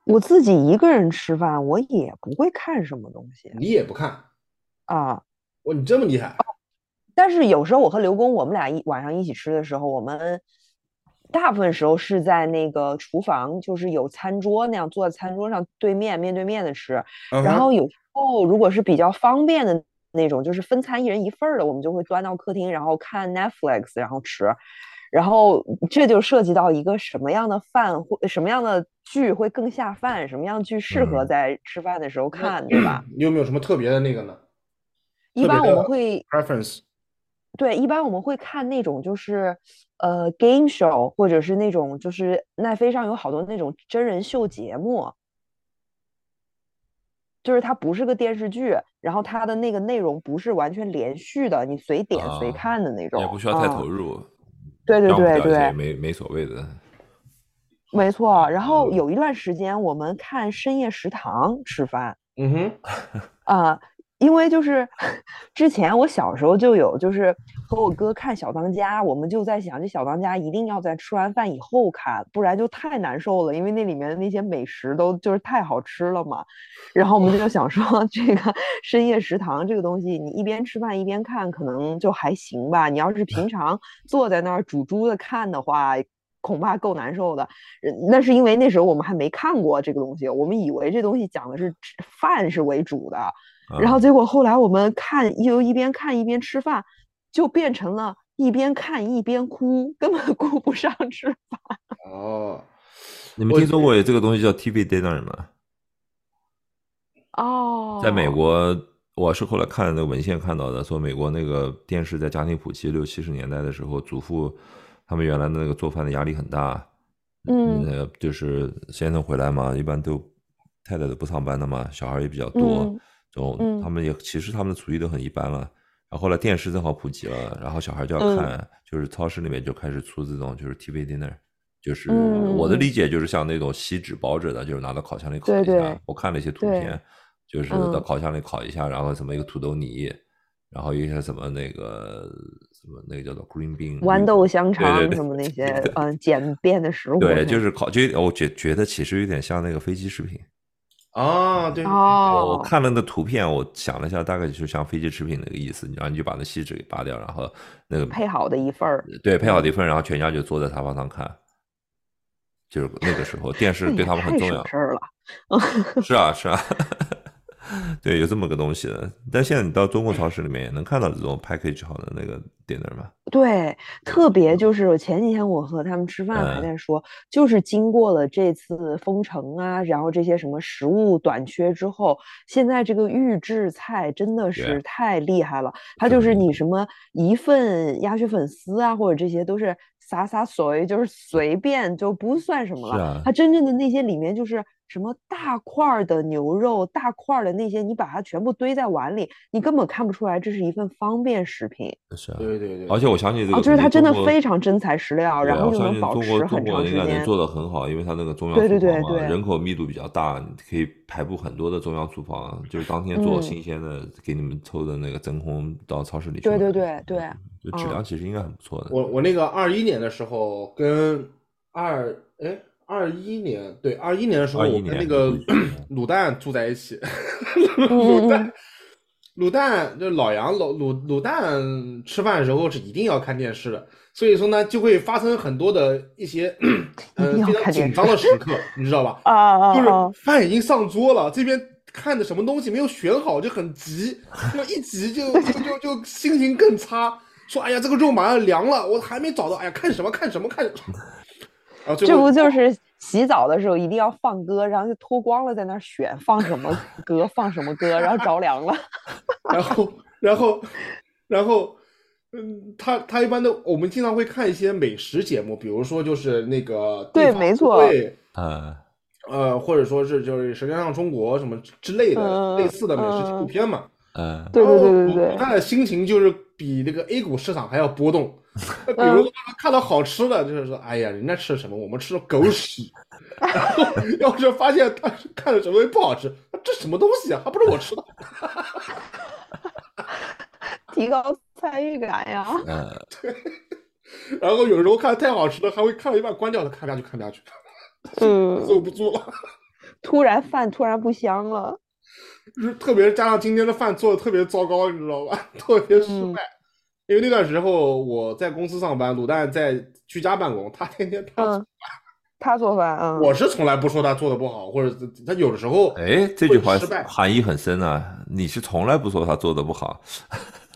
[SPEAKER 2] 我自己一个人吃饭，我也不会看什么东西
[SPEAKER 1] 你也不看，
[SPEAKER 2] 啊。
[SPEAKER 1] 哇，你这么厉害，
[SPEAKER 2] 但是有时候我和刘工，我们俩一晚上一起吃的时候，我们大部分时候是在那个厨房，就是有餐桌那样坐在餐桌上对面面对面的吃。哦
[SPEAKER 1] 啊
[SPEAKER 2] 然后有时候如果是比较方便的那种，就是分餐一人一份儿的，我们就会端到客厅，然后看 Netflix，然后吃。然后这就涉及到一个什么样的饭会什么样的剧会更下饭，什么样的剧适合
[SPEAKER 3] 嗯
[SPEAKER 2] 在吃饭的时候看，对吧？
[SPEAKER 1] 你有没有什么特别的那个呢
[SPEAKER 2] 一
[SPEAKER 1] 特别
[SPEAKER 2] 般我们
[SPEAKER 1] 的
[SPEAKER 2] 会
[SPEAKER 1] ？Preference
[SPEAKER 2] 对，一般我们会看那种就是，呃，game show，或者是那种就是奈飞上有好多那种真人秀节目，就是它不是个电视剧，然后它的那个内容不是完全连续的，你随点随
[SPEAKER 3] 啊
[SPEAKER 2] 看的那种。
[SPEAKER 3] 也不需要太
[SPEAKER 2] 嗯
[SPEAKER 3] 投入，
[SPEAKER 2] 对对
[SPEAKER 3] 让我们
[SPEAKER 2] 对
[SPEAKER 3] 了解
[SPEAKER 2] 对
[SPEAKER 3] 也没没所谓的，
[SPEAKER 2] 没错。然后
[SPEAKER 3] 嗯
[SPEAKER 2] 有一段时间我们看深夜食堂吃饭。
[SPEAKER 1] 嗯哼，
[SPEAKER 2] 啊、因为就是之前我小时候就有，就是和我哥看《小当家》，我们就在想，这《小当家》一定要在吃完饭以后看，不然就太难受了，因为那里面的那些美食都就是太好吃了嘛。然后我们就想说， [LAUGHS] 这个深夜食堂这个东西，你一边吃饭一边看，可能就还行吧。你要是平常坐在那儿煮猪的看的话，恐怕够难受的。呃那是因为那时候我们还没看过这个东西，我们以为这东西讲的是吃饭是为主的，然后
[SPEAKER 3] 嗯
[SPEAKER 2] 结果后来我们看又一边看一边吃饭，就变成了一边看一边哭，根本 [LAUGHS] 顾不上吃饭。
[SPEAKER 1] 哦，
[SPEAKER 3] 你们听说过这个东西叫 TV dinner 吗？
[SPEAKER 2] 哦，
[SPEAKER 3] 在美国，我是后来看那个文献看到的，说美国那个电视在家庭普及六七十年代的时候，祖父他们原来的那个做饭的压力很大，
[SPEAKER 2] 嗯
[SPEAKER 3] 呃，就是先生回来嘛，一般都太太都不上班的嘛，小孩也比较多，
[SPEAKER 2] 嗯
[SPEAKER 3] 总
[SPEAKER 2] 嗯
[SPEAKER 3] 他们也其实他们的厨艺都很一般了。然后后来电视正好普及了，然后小孩就要
[SPEAKER 2] 嗯
[SPEAKER 3] 看，就是超市里面就开始出这种就是 TV dinner。就是
[SPEAKER 2] 嗯
[SPEAKER 3] 我的
[SPEAKER 2] 嗯
[SPEAKER 3] 理解，就是像那种锡纸包着的，就是拿到烤箱里烤
[SPEAKER 2] 对
[SPEAKER 3] 一下
[SPEAKER 2] 对。
[SPEAKER 3] 我看了一些图
[SPEAKER 2] 对
[SPEAKER 3] 片，就是到
[SPEAKER 2] 嗯
[SPEAKER 3] 烤箱里烤一下，然后什么一个土豆泥，然后一些什么那个什么那个叫做 green bean
[SPEAKER 2] 豌
[SPEAKER 3] 绿
[SPEAKER 2] 豆
[SPEAKER 3] 豆
[SPEAKER 2] 香肠
[SPEAKER 3] 对对
[SPEAKER 2] 什么那些
[SPEAKER 3] 对对
[SPEAKER 2] 嗯简便的食物，
[SPEAKER 3] 对，就是烤，就我觉觉得其实有点像那个飞机食品。
[SPEAKER 1] 啊，对，
[SPEAKER 3] 我我
[SPEAKER 2] 哦，
[SPEAKER 3] 看了那图片，我想了一下，大概就像飞机食品那个意思，然后你就把那锡纸给扒掉，然后那个
[SPEAKER 2] 配嗯好的一份儿，
[SPEAKER 3] 对配好的一份，然后全家就坐在沙发上看。就是那个时候，电视
[SPEAKER 2] 这
[SPEAKER 3] 对
[SPEAKER 2] 也
[SPEAKER 3] 他们很
[SPEAKER 2] 太
[SPEAKER 3] 重
[SPEAKER 2] 省
[SPEAKER 3] 要。
[SPEAKER 2] 事儿了。
[SPEAKER 3] 是啊，是啊， [LAUGHS] 对，有这么个东西的。但现在你到中国超市里面也能看到这种 package 好的那个 dinner 嘛？
[SPEAKER 2] 对，特别就是前几天我和他们吃饭还
[SPEAKER 3] 嗯
[SPEAKER 2] 在说，就是经过了这次封城啊，然后这些什么食物短缺之后，现在这个预制菜真的是太厉害了。它就
[SPEAKER 3] 真的
[SPEAKER 2] 是
[SPEAKER 3] 厉
[SPEAKER 2] 你
[SPEAKER 3] 害
[SPEAKER 2] 什么一份鸭血粉丝啊，或者这些都是洒洒水，就是随便就不算什么
[SPEAKER 3] 是
[SPEAKER 2] 了。
[SPEAKER 3] 啊
[SPEAKER 2] 它真正的那些里面就是什么大块儿的牛肉、大块儿的那些，你把它全部堆在碗里，你根本看不出来这是一份方便食品。
[SPEAKER 3] 是啊。
[SPEAKER 1] 对对对，
[SPEAKER 3] 而且我相信这个
[SPEAKER 2] 哦，
[SPEAKER 3] 东西中国，
[SPEAKER 2] 就是它真的非常真材实料，
[SPEAKER 3] 对
[SPEAKER 2] 然后
[SPEAKER 3] 我
[SPEAKER 2] 又
[SPEAKER 3] 相
[SPEAKER 2] 能
[SPEAKER 3] 信
[SPEAKER 2] 保
[SPEAKER 3] 中
[SPEAKER 2] 持
[SPEAKER 3] 国
[SPEAKER 2] 很
[SPEAKER 3] 中国
[SPEAKER 2] 长时
[SPEAKER 3] 应该能
[SPEAKER 2] 间。
[SPEAKER 3] 做的很好，因为它那个中央
[SPEAKER 2] 对对
[SPEAKER 3] 厨房
[SPEAKER 2] 对
[SPEAKER 3] 嘛，
[SPEAKER 2] 对
[SPEAKER 3] 人口密度比较大，你可以排布很多的中央厨房，啊就是当天做
[SPEAKER 2] 嗯
[SPEAKER 3] 新鲜的，给你们抽的那个真空到超市里去。
[SPEAKER 2] 对对对 [LAUGHS]
[SPEAKER 3] [LAUGHS]
[SPEAKER 2] 对，
[SPEAKER 3] 就质
[SPEAKER 2] 嗯
[SPEAKER 3] 量其实应该很不错的。
[SPEAKER 1] 我我那个二一年的时候跟二哎二一年对二一年的时候，
[SPEAKER 3] 21
[SPEAKER 1] 我跟那
[SPEAKER 3] 年
[SPEAKER 1] 个
[SPEAKER 3] 你回去
[SPEAKER 1] 卤蛋住在一起，
[SPEAKER 2] 嗯
[SPEAKER 1] 卤
[SPEAKER 2] 嗯
[SPEAKER 1] 蛋卤蛋就老杨老卤卤蛋吃饭的时候是一定要看电视的，所以说呢就会发生很多的一些
[SPEAKER 2] 一
[SPEAKER 1] 嗯、
[SPEAKER 2] 定要
[SPEAKER 1] 非常
[SPEAKER 2] 看电
[SPEAKER 1] 紧张的时刻，你知道吧？
[SPEAKER 2] 啊啊
[SPEAKER 1] 就
[SPEAKER 2] 啊！
[SPEAKER 1] 是饭已经上桌了，这边看的什么东西没有选好，就很急，就一急就就就就心情更差，说哎呀这个肉马上凉了，我还没找到，哎呀看什么看什么看什么，啊最
[SPEAKER 2] 这
[SPEAKER 1] 后
[SPEAKER 2] [LAUGHS] 不就是洗澡的时候一定要放歌，然后就脱光了在那儿选放什么歌放什么歌，然后着凉了。 [LAUGHS]
[SPEAKER 1] 然后，然后，然后，嗯，他他一般都，我们经常会看一些美食节目，比如说就是那个地
[SPEAKER 2] 对
[SPEAKER 1] 方
[SPEAKER 2] 没
[SPEAKER 1] 都
[SPEAKER 2] 错
[SPEAKER 1] 会
[SPEAKER 3] 呃，
[SPEAKER 1] 呃，或者说是就是《舌尖上中国》什么之类的类
[SPEAKER 2] 嗯
[SPEAKER 1] 似的美食纪录
[SPEAKER 2] 嗯
[SPEAKER 1] 片嘛。
[SPEAKER 3] 呃，
[SPEAKER 2] 对对
[SPEAKER 1] 然后
[SPEAKER 2] 对对
[SPEAKER 1] 我
[SPEAKER 2] 对，
[SPEAKER 1] 他的心情就是比那个 A 股市场还要波
[SPEAKER 2] [LAUGHS]
[SPEAKER 1] 动。那比
[SPEAKER 2] 嗯
[SPEAKER 1] 如说他看到好吃的，就是说，哎呀，人家吃什么，我们吃的狗屎。 [LAUGHS] 然后要是发现他是看了什么东西不好吃，这什么东西啊，还不是我吃的。 [LAUGHS]
[SPEAKER 2] 提高参与感呀。
[SPEAKER 3] 呃
[SPEAKER 1] 然后有时候看太好吃了，还会看到一半关掉了，看不下去，看不下去，
[SPEAKER 2] 嗯，
[SPEAKER 1] 坐不住了。 [LAUGHS]
[SPEAKER 2] 突然饭突然不香了。
[SPEAKER 1] 就是特别是加上今天的饭做的特别糟糕，你知道吧？ [LAUGHS] 特别失
[SPEAKER 2] 嗯
[SPEAKER 1] 败。因为那段时候我在公司上班，卤蛋在居家办公，他天天他，
[SPEAKER 2] 嗯，他做饭啊。
[SPEAKER 1] 我是从来不说他做的不好，或者他有的时候，
[SPEAKER 3] 哎，这句话
[SPEAKER 1] 会失败
[SPEAKER 3] 含义很深啊！你是从来不说他做的不好，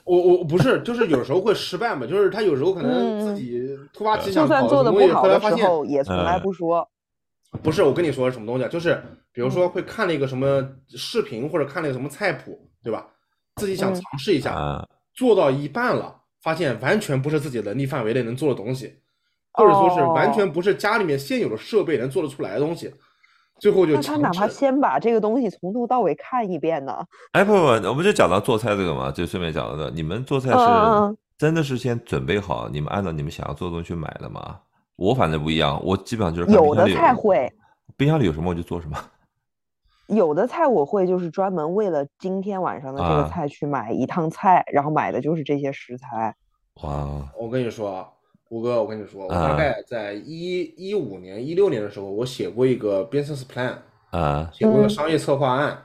[SPEAKER 1] 我我不是，就是有时候会失败嘛，就是他有时候可能自
[SPEAKER 2] 嗯
[SPEAKER 1] 己突发奇
[SPEAKER 2] 就
[SPEAKER 1] 想搞
[SPEAKER 2] 算
[SPEAKER 1] 了
[SPEAKER 2] 做
[SPEAKER 1] 什
[SPEAKER 2] 的
[SPEAKER 1] 么东
[SPEAKER 2] 不
[SPEAKER 1] 西，
[SPEAKER 2] 好
[SPEAKER 1] 后来
[SPEAKER 2] 的
[SPEAKER 1] 发
[SPEAKER 2] 时
[SPEAKER 1] 现
[SPEAKER 2] 候，也从来
[SPEAKER 3] 嗯
[SPEAKER 2] 不说。
[SPEAKER 1] 不是，我跟你说什么东西啊，就是比如说
[SPEAKER 2] 嗯
[SPEAKER 1] 会看了一个什么视频或者看了一个什么菜谱，对吧？自己想
[SPEAKER 2] 嗯
[SPEAKER 1] 尝试一下，
[SPEAKER 3] 啊，
[SPEAKER 1] 做到一半了，发现完全不是自己能力范围内能做的东西，或者说是
[SPEAKER 2] 哦
[SPEAKER 1] 完全不是家里面现有的设备能做得出来的东西，最
[SPEAKER 3] 嗯
[SPEAKER 1] 后就
[SPEAKER 2] 那他哪怕
[SPEAKER 1] 强制。
[SPEAKER 2] 先把这个东西从头到尾看一遍呢？
[SPEAKER 3] 哎，不不，我们就讲到做菜这个嘛，就顺便讲到这。你们做菜
[SPEAKER 2] 嗯嗯
[SPEAKER 3] 是
[SPEAKER 2] 嗯
[SPEAKER 3] 真的是先准备好，你们按照你们想要做的东西去买的吗？我反正不一样，我基本上就是看
[SPEAKER 2] 有
[SPEAKER 3] 冰
[SPEAKER 2] 的
[SPEAKER 3] 箱里
[SPEAKER 2] 菜会，
[SPEAKER 3] 冰箱里有什么我就做什么。
[SPEAKER 2] 有的菜我会就是专门为了今天晚上的这
[SPEAKER 3] 啊
[SPEAKER 2] 个菜去买一趟菜，然后买的就是这些食材。
[SPEAKER 3] 哇，
[SPEAKER 1] 我跟你说啊，胡哥，我跟你说，我
[SPEAKER 3] 啊
[SPEAKER 1] 大概在一一五年、一六年的时候，我写过一个 business plan，
[SPEAKER 3] 啊
[SPEAKER 1] 写过一个
[SPEAKER 2] 嗯
[SPEAKER 1] 商业策划案。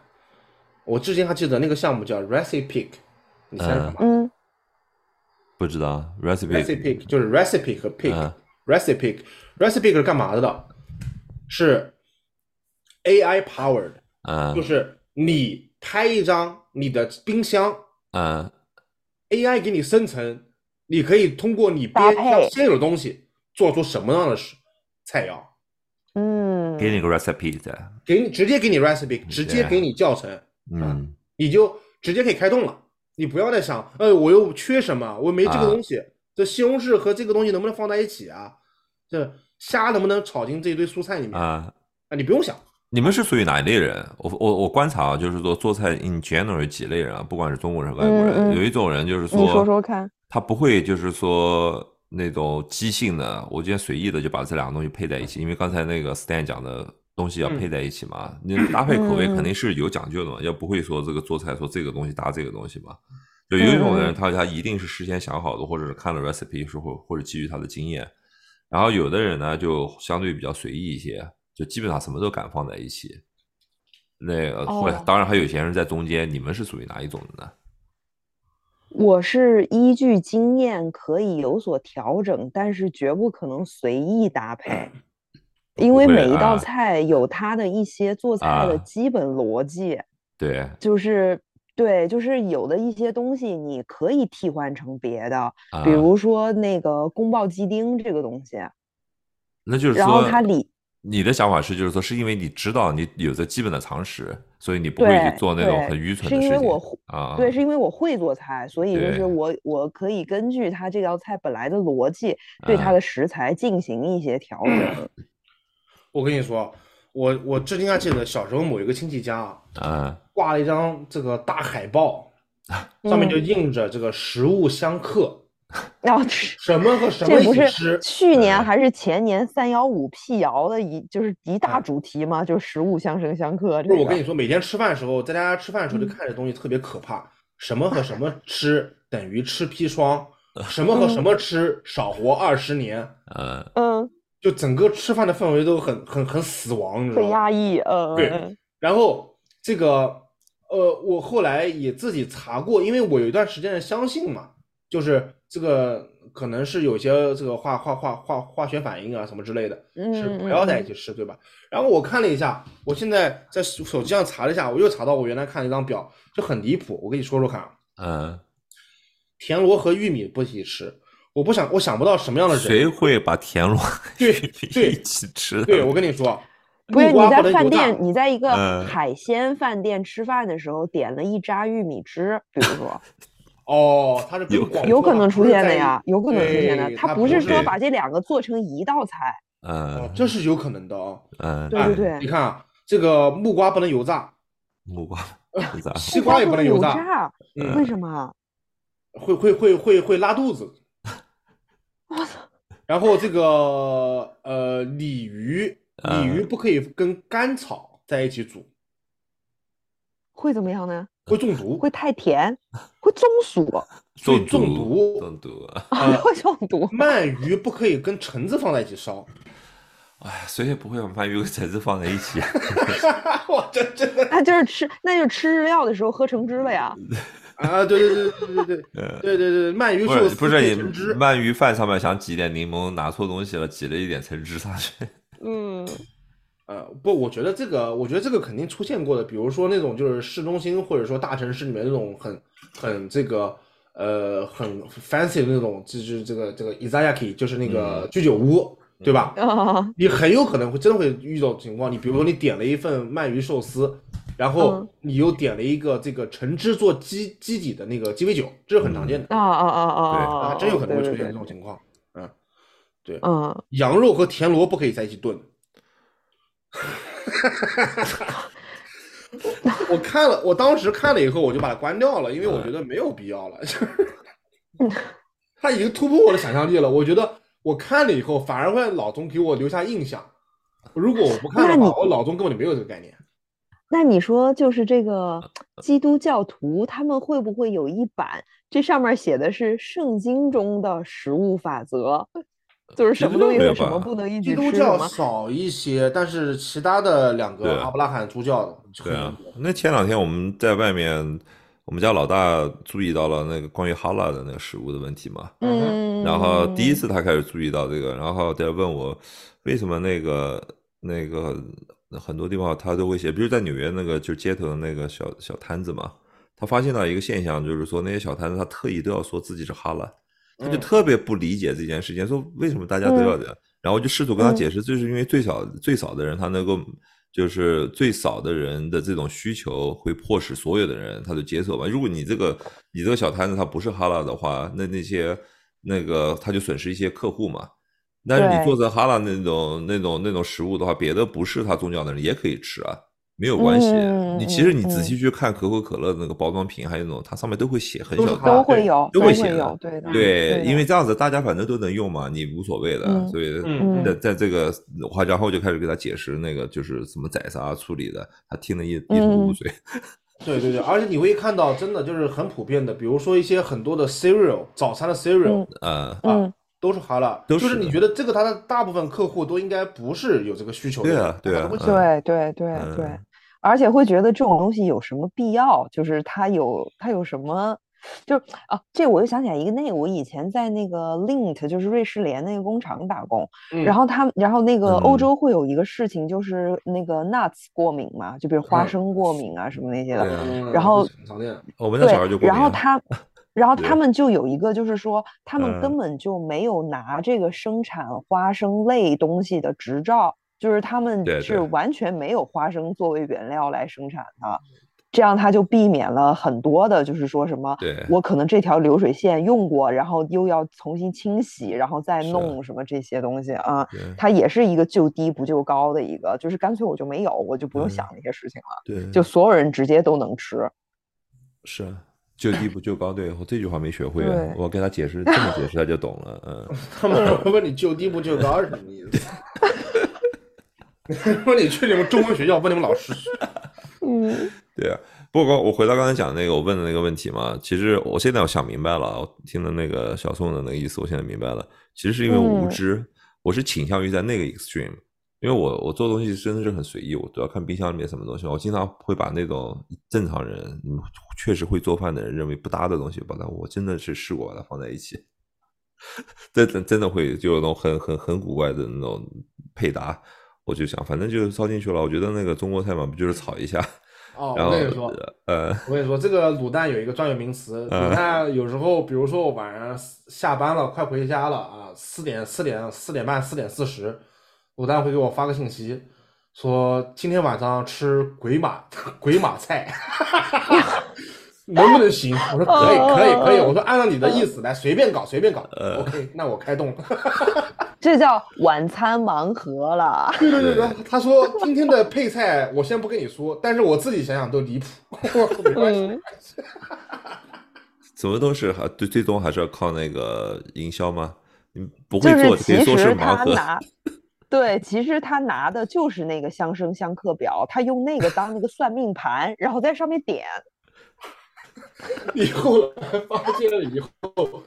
[SPEAKER 1] 我至今还记得那个项目叫 Recipe Pick，你猜是什么？
[SPEAKER 2] 嗯，
[SPEAKER 3] 不知道 recipe
[SPEAKER 1] recipe 就是 recipe 和 pick、
[SPEAKER 3] 嗯
[SPEAKER 1] recipe recipe 是干嘛的呢？是 AI powered，、
[SPEAKER 3] 啊
[SPEAKER 1] 就是你拍一张你的冰箱
[SPEAKER 3] 啊
[SPEAKER 1] ，AI 给你生成，你可以通过你
[SPEAKER 2] 搭
[SPEAKER 1] 边箱
[SPEAKER 2] 配
[SPEAKER 1] 现有的东西做出什么样的食菜肴，
[SPEAKER 2] 嗯，
[SPEAKER 3] 给你个 recipe 的，
[SPEAKER 1] 给你直接给你 recipe，直接
[SPEAKER 3] 对
[SPEAKER 1] 给你教程，
[SPEAKER 3] 嗯
[SPEAKER 1] 你就直接可以开动了。你不要再想，哎，我又缺什么？我没这
[SPEAKER 3] 啊
[SPEAKER 1] 个东西。这西红柿和这个东西能不能放在一起啊？这虾能不能炒进这一堆蔬菜里面？
[SPEAKER 3] 啊。
[SPEAKER 1] 啊，你不用想，
[SPEAKER 3] 你们是属于哪一类人？我我我观察啊，就是说做菜 in general 有几类人啊，不管是中国人、外国人，
[SPEAKER 2] 嗯嗯
[SPEAKER 3] 有一种人就是
[SPEAKER 2] 你说说看，
[SPEAKER 3] 他不会就是说那种即兴的，我今天随意的就把这两个东西配在一起，因为刚才那个 Stan 讲的东西要配在一起嘛，你搭配口味
[SPEAKER 2] 嗯嗯
[SPEAKER 3] 肯定是有讲究的嘛，要不会说这个做菜说这个东西搭这个东西嘛。就有一种人，
[SPEAKER 2] 嗯嗯
[SPEAKER 3] 他他一定是事先想好的，或者是看了 recipe 时候，或者基于他的经验。然后有的人呢，就相对比较随意一些，就基本上什么都敢放在一起。那个，或者
[SPEAKER 2] 哦
[SPEAKER 3] 当然还有些人在中间，你们是属于哪一种的呢？
[SPEAKER 2] 我是依据经验可以有所调整，但是绝不可能随意搭配，因为
[SPEAKER 3] 嗯会
[SPEAKER 2] 每一
[SPEAKER 3] 啊
[SPEAKER 2] 道菜有它的一些做菜的
[SPEAKER 3] 啊
[SPEAKER 2] 基本逻辑。
[SPEAKER 3] 对
[SPEAKER 2] 就是对，就是有的一些东西你可以替换成别的，
[SPEAKER 3] 啊，
[SPEAKER 2] 比如说那个宫爆鸡丁这个东西，
[SPEAKER 3] 那就是
[SPEAKER 2] 然后
[SPEAKER 3] 说
[SPEAKER 2] 它里
[SPEAKER 3] 你的想法是，就是说，是因为你知道你有着基本的常识，所以你不会去
[SPEAKER 2] 对
[SPEAKER 3] 做那种
[SPEAKER 2] 对
[SPEAKER 3] 很愚蠢
[SPEAKER 2] 是因
[SPEAKER 3] 的事
[SPEAKER 2] 为
[SPEAKER 3] 情
[SPEAKER 2] 我会
[SPEAKER 3] 啊。
[SPEAKER 2] 对，是因为我会做菜，所以就
[SPEAKER 3] 对
[SPEAKER 2] 是我我可以根据它这道菜本来的逻辑，对它
[SPEAKER 3] 啊
[SPEAKER 1] 嗯
[SPEAKER 2] 的食材进行一些调整。
[SPEAKER 1] 我跟你说，我我至今还记得小时候某一个亲戚家啊，
[SPEAKER 3] 啊
[SPEAKER 1] 挂了一张这个大海
[SPEAKER 3] [LAUGHS]
[SPEAKER 1] 报，上
[SPEAKER 2] 嗯
[SPEAKER 1] 面就印着这个食物相克，
[SPEAKER 2] 然后吃。
[SPEAKER 1] 什么和什么
[SPEAKER 2] 这不
[SPEAKER 1] 一起
[SPEAKER 2] 是
[SPEAKER 1] 吃。
[SPEAKER 2] 去年
[SPEAKER 3] 嗯
[SPEAKER 2] 还是前年三幺五辟谣的一就是一大
[SPEAKER 1] 嗯
[SPEAKER 2] 主题吗？就是食物相生相克这
[SPEAKER 1] 不
[SPEAKER 2] 个。
[SPEAKER 1] 是我跟你说，每天吃饭的时候，在家吃饭的时候就看这东西特别可怕，什么和什么吃等于吃砒霜，什么和什么吃少活二十年，
[SPEAKER 3] 呃
[SPEAKER 2] 嗯，
[SPEAKER 1] 就整个吃饭的氛围都很很很死亡，你知
[SPEAKER 2] 很
[SPEAKER 1] 道吗？
[SPEAKER 2] 压抑，嗯，
[SPEAKER 1] 对
[SPEAKER 2] 嗯
[SPEAKER 1] 然后这个呃，我后来也自己查过，因为我有一段时间是相信嘛，就是这个可能是有些这个化化化化化学反应啊什么之类的，
[SPEAKER 2] 嗯
[SPEAKER 1] 是不要在一起吃，对吧？然后我看了一下，我现在在手手机上查了一下，我又查到我原来看了一张表，就很离谱。我跟你说说看，啊，
[SPEAKER 3] 嗯，
[SPEAKER 1] 田螺和玉米不一起吃，我不想我想不到什么样的人。
[SPEAKER 3] 谁会把田螺 [LAUGHS]
[SPEAKER 1] 对对
[SPEAKER 3] 一起吃的？
[SPEAKER 1] 对，我跟你说，
[SPEAKER 2] 不是
[SPEAKER 1] 木
[SPEAKER 2] 你
[SPEAKER 1] 瓜
[SPEAKER 2] 在
[SPEAKER 1] 能
[SPEAKER 2] 饭
[SPEAKER 1] 油炸
[SPEAKER 2] 店，你在一个
[SPEAKER 3] 嗯
[SPEAKER 2] 海鲜饭店吃饭的时候点了一扎玉米汁，比如
[SPEAKER 1] [LAUGHS]
[SPEAKER 2] 说
[SPEAKER 1] 哦，它是更
[SPEAKER 3] 有
[SPEAKER 1] 广
[SPEAKER 2] 有可
[SPEAKER 1] 泛
[SPEAKER 2] 能
[SPEAKER 1] 不
[SPEAKER 2] 出
[SPEAKER 1] 是
[SPEAKER 2] 现
[SPEAKER 1] 在
[SPEAKER 2] 的
[SPEAKER 1] 于
[SPEAKER 2] 呀，有可能出现的
[SPEAKER 1] 对。
[SPEAKER 2] 他
[SPEAKER 1] 它
[SPEAKER 2] 不
[SPEAKER 1] 不
[SPEAKER 2] 是
[SPEAKER 1] 是
[SPEAKER 2] 说把这两个做成一道菜，
[SPEAKER 1] 哦
[SPEAKER 3] 嗯，
[SPEAKER 1] 这是有可能的啊。
[SPEAKER 3] 嗯，
[SPEAKER 2] 对对
[SPEAKER 3] 嗯，
[SPEAKER 2] 对
[SPEAKER 1] 你，看啊，这个木瓜不能油炸，
[SPEAKER 3] 木瓜， [LAUGHS] 不咋
[SPEAKER 1] 西瓜也不能
[SPEAKER 2] 油
[SPEAKER 1] 油炸
[SPEAKER 2] 炸，
[SPEAKER 1] 嗯
[SPEAKER 2] 为什么？啊
[SPEAKER 1] 会会会会会拉肚子。
[SPEAKER 2] 我操！
[SPEAKER 1] 然后这个呃，鲤鱼，
[SPEAKER 3] 嗯
[SPEAKER 1] 鲤鱼不可以跟甘草在一起煮，
[SPEAKER 2] 会怎么样呢？
[SPEAKER 1] 会中毒。
[SPEAKER 2] 会太甜，会
[SPEAKER 1] [LAUGHS]
[SPEAKER 2] 中暑，
[SPEAKER 1] 所以
[SPEAKER 3] 中
[SPEAKER 1] 中毒
[SPEAKER 3] 中毒。
[SPEAKER 1] 呃
[SPEAKER 2] [LAUGHS] 会中毒。
[SPEAKER 1] 鳗鱼不可以跟橙子放在一起烧。
[SPEAKER 3] 哎，谁也不会把鱼跟橙子放在一 [LAUGHS] 起。啊
[SPEAKER 1] 哇，这真的
[SPEAKER 2] 那就是吃，那就是吃日料的时候喝橙汁了呀。
[SPEAKER 1] 啊！对对对对对对
[SPEAKER 3] 嗯
[SPEAKER 1] 对对对，鳗鱼
[SPEAKER 3] 不
[SPEAKER 1] 寿
[SPEAKER 3] 是
[SPEAKER 1] 司
[SPEAKER 3] 不是，
[SPEAKER 1] 配
[SPEAKER 3] 你
[SPEAKER 1] 橙汁，
[SPEAKER 3] 鳗鱼饭上面想挤点柠檬，拿错东西了，挤了一点橙汁上去。
[SPEAKER 2] 嗯，
[SPEAKER 1] 呃，不，我觉得这个，我觉得这个肯定出现过的，比如说那种就是市中心或者说大城市里面那种很很这个呃很 fancy 的那种，就是这个这个 izayaki，就是那
[SPEAKER 2] 嗯
[SPEAKER 1] 个居酒屋，对吧？
[SPEAKER 2] 啊，
[SPEAKER 1] 你很有可能会真的会遇到情况，你比如说你点了一份鳗鱼寿司，然后
[SPEAKER 2] 嗯
[SPEAKER 1] 你又点了一个这个橙汁做基基底的那个鸡尾酒，这是很常见的
[SPEAKER 2] 啊啊啊
[SPEAKER 3] 对
[SPEAKER 2] 啊！
[SPEAKER 1] 啊，
[SPEAKER 2] 啊
[SPEAKER 1] 真有可能会出
[SPEAKER 2] 对对
[SPEAKER 1] 现这
[SPEAKER 2] 对
[SPEAKER 1] 种情况。嗯，对，
[SPEAKER 2] 嗯，
[SPEAKER 1] 羊肉和田螺不可以在一起 [LAUGHS] 炖。我看了，我当时看了以后，我就把它关掉了，因为我觉得没有必要了。 [LAUGHS] 就是
[SPEAKER 2] 嗯
[SPEAKER 1] 它已经突破我的想象力了。我觉得我看了以后，反而会脑中给我留下印象。如果我不看的
[SPEAKER 2] 那
[SPEAKER 1] 话
[SPEAKER 2] 你，
[SPEAKER 1] 我脑中根本就没有这个概念。
[SPEAKER 2] 那你说就是
[SPEAKER 1] [LAUGHS]
[SPEAKER 2] 这个基督教徒，他们会不会有一版这上面写的是圣经中的食物法则，就是什么东西
[SPEAKER 3] 基
[SPEAKER 2] 和
[SPEAKER 3] 督教
[SPEAKER 2] 什么
[SPEAKER 3] 吧
[SPEAKER 2] 不能一
[SPEAKER 1] 基
[SPEAKER 2] 起
[SPEAKER 1] 督
[SPEAKER 2] 吃
[SPEAKER 1] 教
[SPEAKER 2] 什么？
[SPEAKER 1] 少一些，但是其他的两
[SPEAKER 3] 对
[SPEAKER 1] 个
[SPEAKER 3] 啊
[SPEAKER 1] 阿布拉罕主教的
[SPEAKER 3] [LAUGHS] 对啊
[SPEAKER 1] 很，
[SPEAKER 3] 那前两天我们在外面，我们家老大注意到了那个关于哈拉的那个食物的问题嘛，
[SPEAKER 2] 嗯，
[SPEAKER 3] 然后第一次他开始注意到这个，然后在问我为什么那个那个很多地方他都会写，比如在纽约那个就是街头的那个小小摊子嘛，他发现到一个现象，就是说那些小摊子他特意都要说自己是哈拉，他就
[SPEAKER 1] 嗯
[SPEAKER 3] 特别不理解这件事情，说为什么大家都要这样。然后我就试图跟他解释，就是因为最小最少的人，他能够就是最少的人的这种需求，会迫使所有的人他都接受吧。如果你这个你这个小摊子它不是哈拉的话，那那些那个他就损失一些客户嘛。但是
[SPEAKER 2] 对
[SPEAKER 3] 你做成哈拉那种那种那种食物的话，别的不是他宗教的人也可以吃啊，没有关系。啊
[SPEAKER 2] 嗯
[SPEAKER 3] 你其实
[SPEAKER 2] 嗯
[SPEAKER 3] 你仔细去看可口可乐那个包装瓶，还有那种它上面都会写很
[SPEAKER 1] 都
[SPEAKER 3] 小
[SPEAKER 1] 是
[SPEAKER 3] 的
[SPEAKER 1] 哈拉
[SPEAKER 2] 都会
[SPEAKER 1] 对
[SPEAKER 2] 有，
[SPEAKER 3] 都会
[SPEAKER 2] 会
[SPEAKER 3] 写的
[SPEAKER 2] 有，嗯对的，
[SPEAKER 3] 对，
[SPEAKER 2] 的
[SPEAKER 3] 因为这样子大家反正都能用嘛，你无所谓的，
[SPEAKER 2] 嗯
[SPEAKER 3] 所以
[SPEAKER 1] 嗯
[SPEAKER 3] 在
[SPEAKER 2] 嗯
[SPEAKER 3] 在这个话，然后就开始给他解释那个就是怎么宰杀处理的，他听得一一
[SPEAKER 2] 嗯
[SPEAKER 3] 头雾水。
[SPEAKER 1] 对对对，而且你会看到，真的就是很普遍的，比如说一些很多的 cereal 早餐的 cereal、
[SPEAKER 2] 嗯
[SPEAKER 3] 呃，
[SPEAKER 1] 啊
[SPEAKER 2] 嗯，
[SPEAKER 1] 都是哈拉，
[SPEAKER 3] 都
[SPEAKER 1] 就是是你
[SPEAKER 3] 的
[SPEAKER 1] 觉得这个他的大部分客户都应该不是有这个需求的
[SPEAKER 3] 对
[SPEAKER 1] 人，
[SPEAKER 3] 啊对
[SPEAKER 1] 他
[SPEAKER 3] 啊
[SPEAKER 1] 不会
[SPEAKER 2] 对
[SPEAKER 3] 嗯
[SPEAKER 2] 对对对
[SPEAKER 3] 嗯，
[SPEAKER 2] 而且会觉得这种东西有什么必要？就是它有它有什么？就是啊，这我又想起来一个，那个我以前在那个 Lint，就是瑞士联那个工厂打工，
[SPEAKER 1] 嗯
[SPEAKER 2] 然后他们，然后那个
[SPEAKER 3] 嗯
[SPEAKER 2] 欧洲会有一个事情，就是那个 nuts 过敏嘛，就比如花
[SPEAKER 1] 嗯
[SPEAKER 2] 生过敏啊什么那些的，
[SPEAKER 3] 对啊
[SPEAKER 1] 嗯
[SPEAKER 2] 然后
[SPEAKER 1] 很常见，
[SPEAKER 3] 我们家
[SPEAKER 2] 对，
[SPEAKER 3] 小孩就过敏
[SPEAKER 2] 然后
[SPEAKER 3] 了， [LAUGHS]
[SPEAKER 2] 他，然后他
[SPEAKER 3] 对
[SPEAKER 2] 们就有一个，就是说他们
[SPEAKER 3] 嗯
[SPEAKER 2] 根本就没有拿这个生产花生类东西的执照，就是他们
[SPEAKER 3] 对
[SPEAKER 2] 是
[SPEAKER 3] 对
[SPEAKER 2] 完全没有花生作为原料来生产的。这样他就避免了很多的，就是说什么，
[SPEAKER 3] 对
[SPEAKER 2] 我可能这条流水线用过，然后又要重新清洗，然后再
[SPEAKER 3] 是
[SPEAKER 2] 弄什么这些东西啊，
[SPEAKER 3] 对
[SPEAKER 2] 它也是一个就低不就高的一个，就是干脆我就没有，我就不用
[SPEAKER 3] 嗯
[SPEAKER 2] 想那些事情了，
[SPEAKER 3] 对，
[SPEAKER 2] 就所有人直接都能吃。
[SPEAKER 3] 是啊就低不就高，对我这句话没学会
[SPEAKER 2] 对
[SPEAKER 3] 啊，我给他解释这么解释他就懂了，嗯，
[SPEAKER 1] 他们问你就低不就高是什么意
[SPEAKER 3] [LAUGHS]
[SPEAKER 1] 思？ [LAUGHS] 说你去你们中文学校问你们老师，
[SPEAKER 2] 嗯
[SPEAKER 3] 对啊。不过我回到刚才讲的那个我问的那个问题嘛，其实我现在我想明白了，我听了那个小宋的那个意思，我现在明白了，其实是因为我无
[SPEAKER 2] 嗯
[SPEAKER 3] 知，我是倾向于在那个 extreme，因为我我做东西真的是很随意，我主要看冰箱里面什么东西。我经常会把那种正常人、嗯确实会做饭的人认为不搭的东西，把它我真的是试过把它放在一起， [LAUGHS] 真的真的会就有那种很很很古怪的那种配搭。我就想，反正就是烧进去了。我觉得那个中国菜嘛，不就是炒一下，
[SPEAKER 1] 哦，
[SPEAKER 3] 然
[SPEAKER 1] 我
[SPEAKER 3] 后
[SPEAKER 1] 跟你说，
[SPEAKER 3] 呃，
[SPEAKER 1] 我跟你说，这个卤蛋有一个专有名词，
[SPEAKER 3] 嗯
[SPEAKER 1] 卤蛋有时候，比如说我晚上下班了，快回家了啊，四点、四点、四点半、四点四十，卤蛋会给我发个信息，说今天晚上吃鬼马 [LAUGHS] 鬼马菜， [LAUGHS] 能不能行？我说可以，可以，可以。我说按照你的意思来，随便搞，随便搞。
[SPEAKER 3] 嗯
[SPEAKER 1] OK，那我开动。
[SPEAKER 2] 这叫晚餐盲盒了。
[SPEAKER 1] 对对对对， [LAUGHS] 他说今天的配菜我先不跟你说，但是我自己想想都离谱， [LAUGHS] 没关系。
[SPEAKER 2] [LAUGHS] 嗯，
[SPEAKER 3] 怎么都是还最最终还是要靠那个营销吗？你不会
[SPEAKER 2] 就
[SPEAKER 3] 做
[SPEAKER 2] 是
[SPEAKER 3] 可以
[SPEAKER 2] 其
[SPEAKER 3] 说
[SPEAKER 2] 实
[SPEAKER 3] 盲
[SPEAKER 2] 他
[SPEAKER 1] [LAUGHS]
[SPEAKER 3] 盒，
[SPEAKER 2] 拿，对，其实他拿的就是那个相生相克表，他用那个当那个算命盘，然后在上面点。
[SPEAKER 1] [LAUGHS] 你后来发现了以后，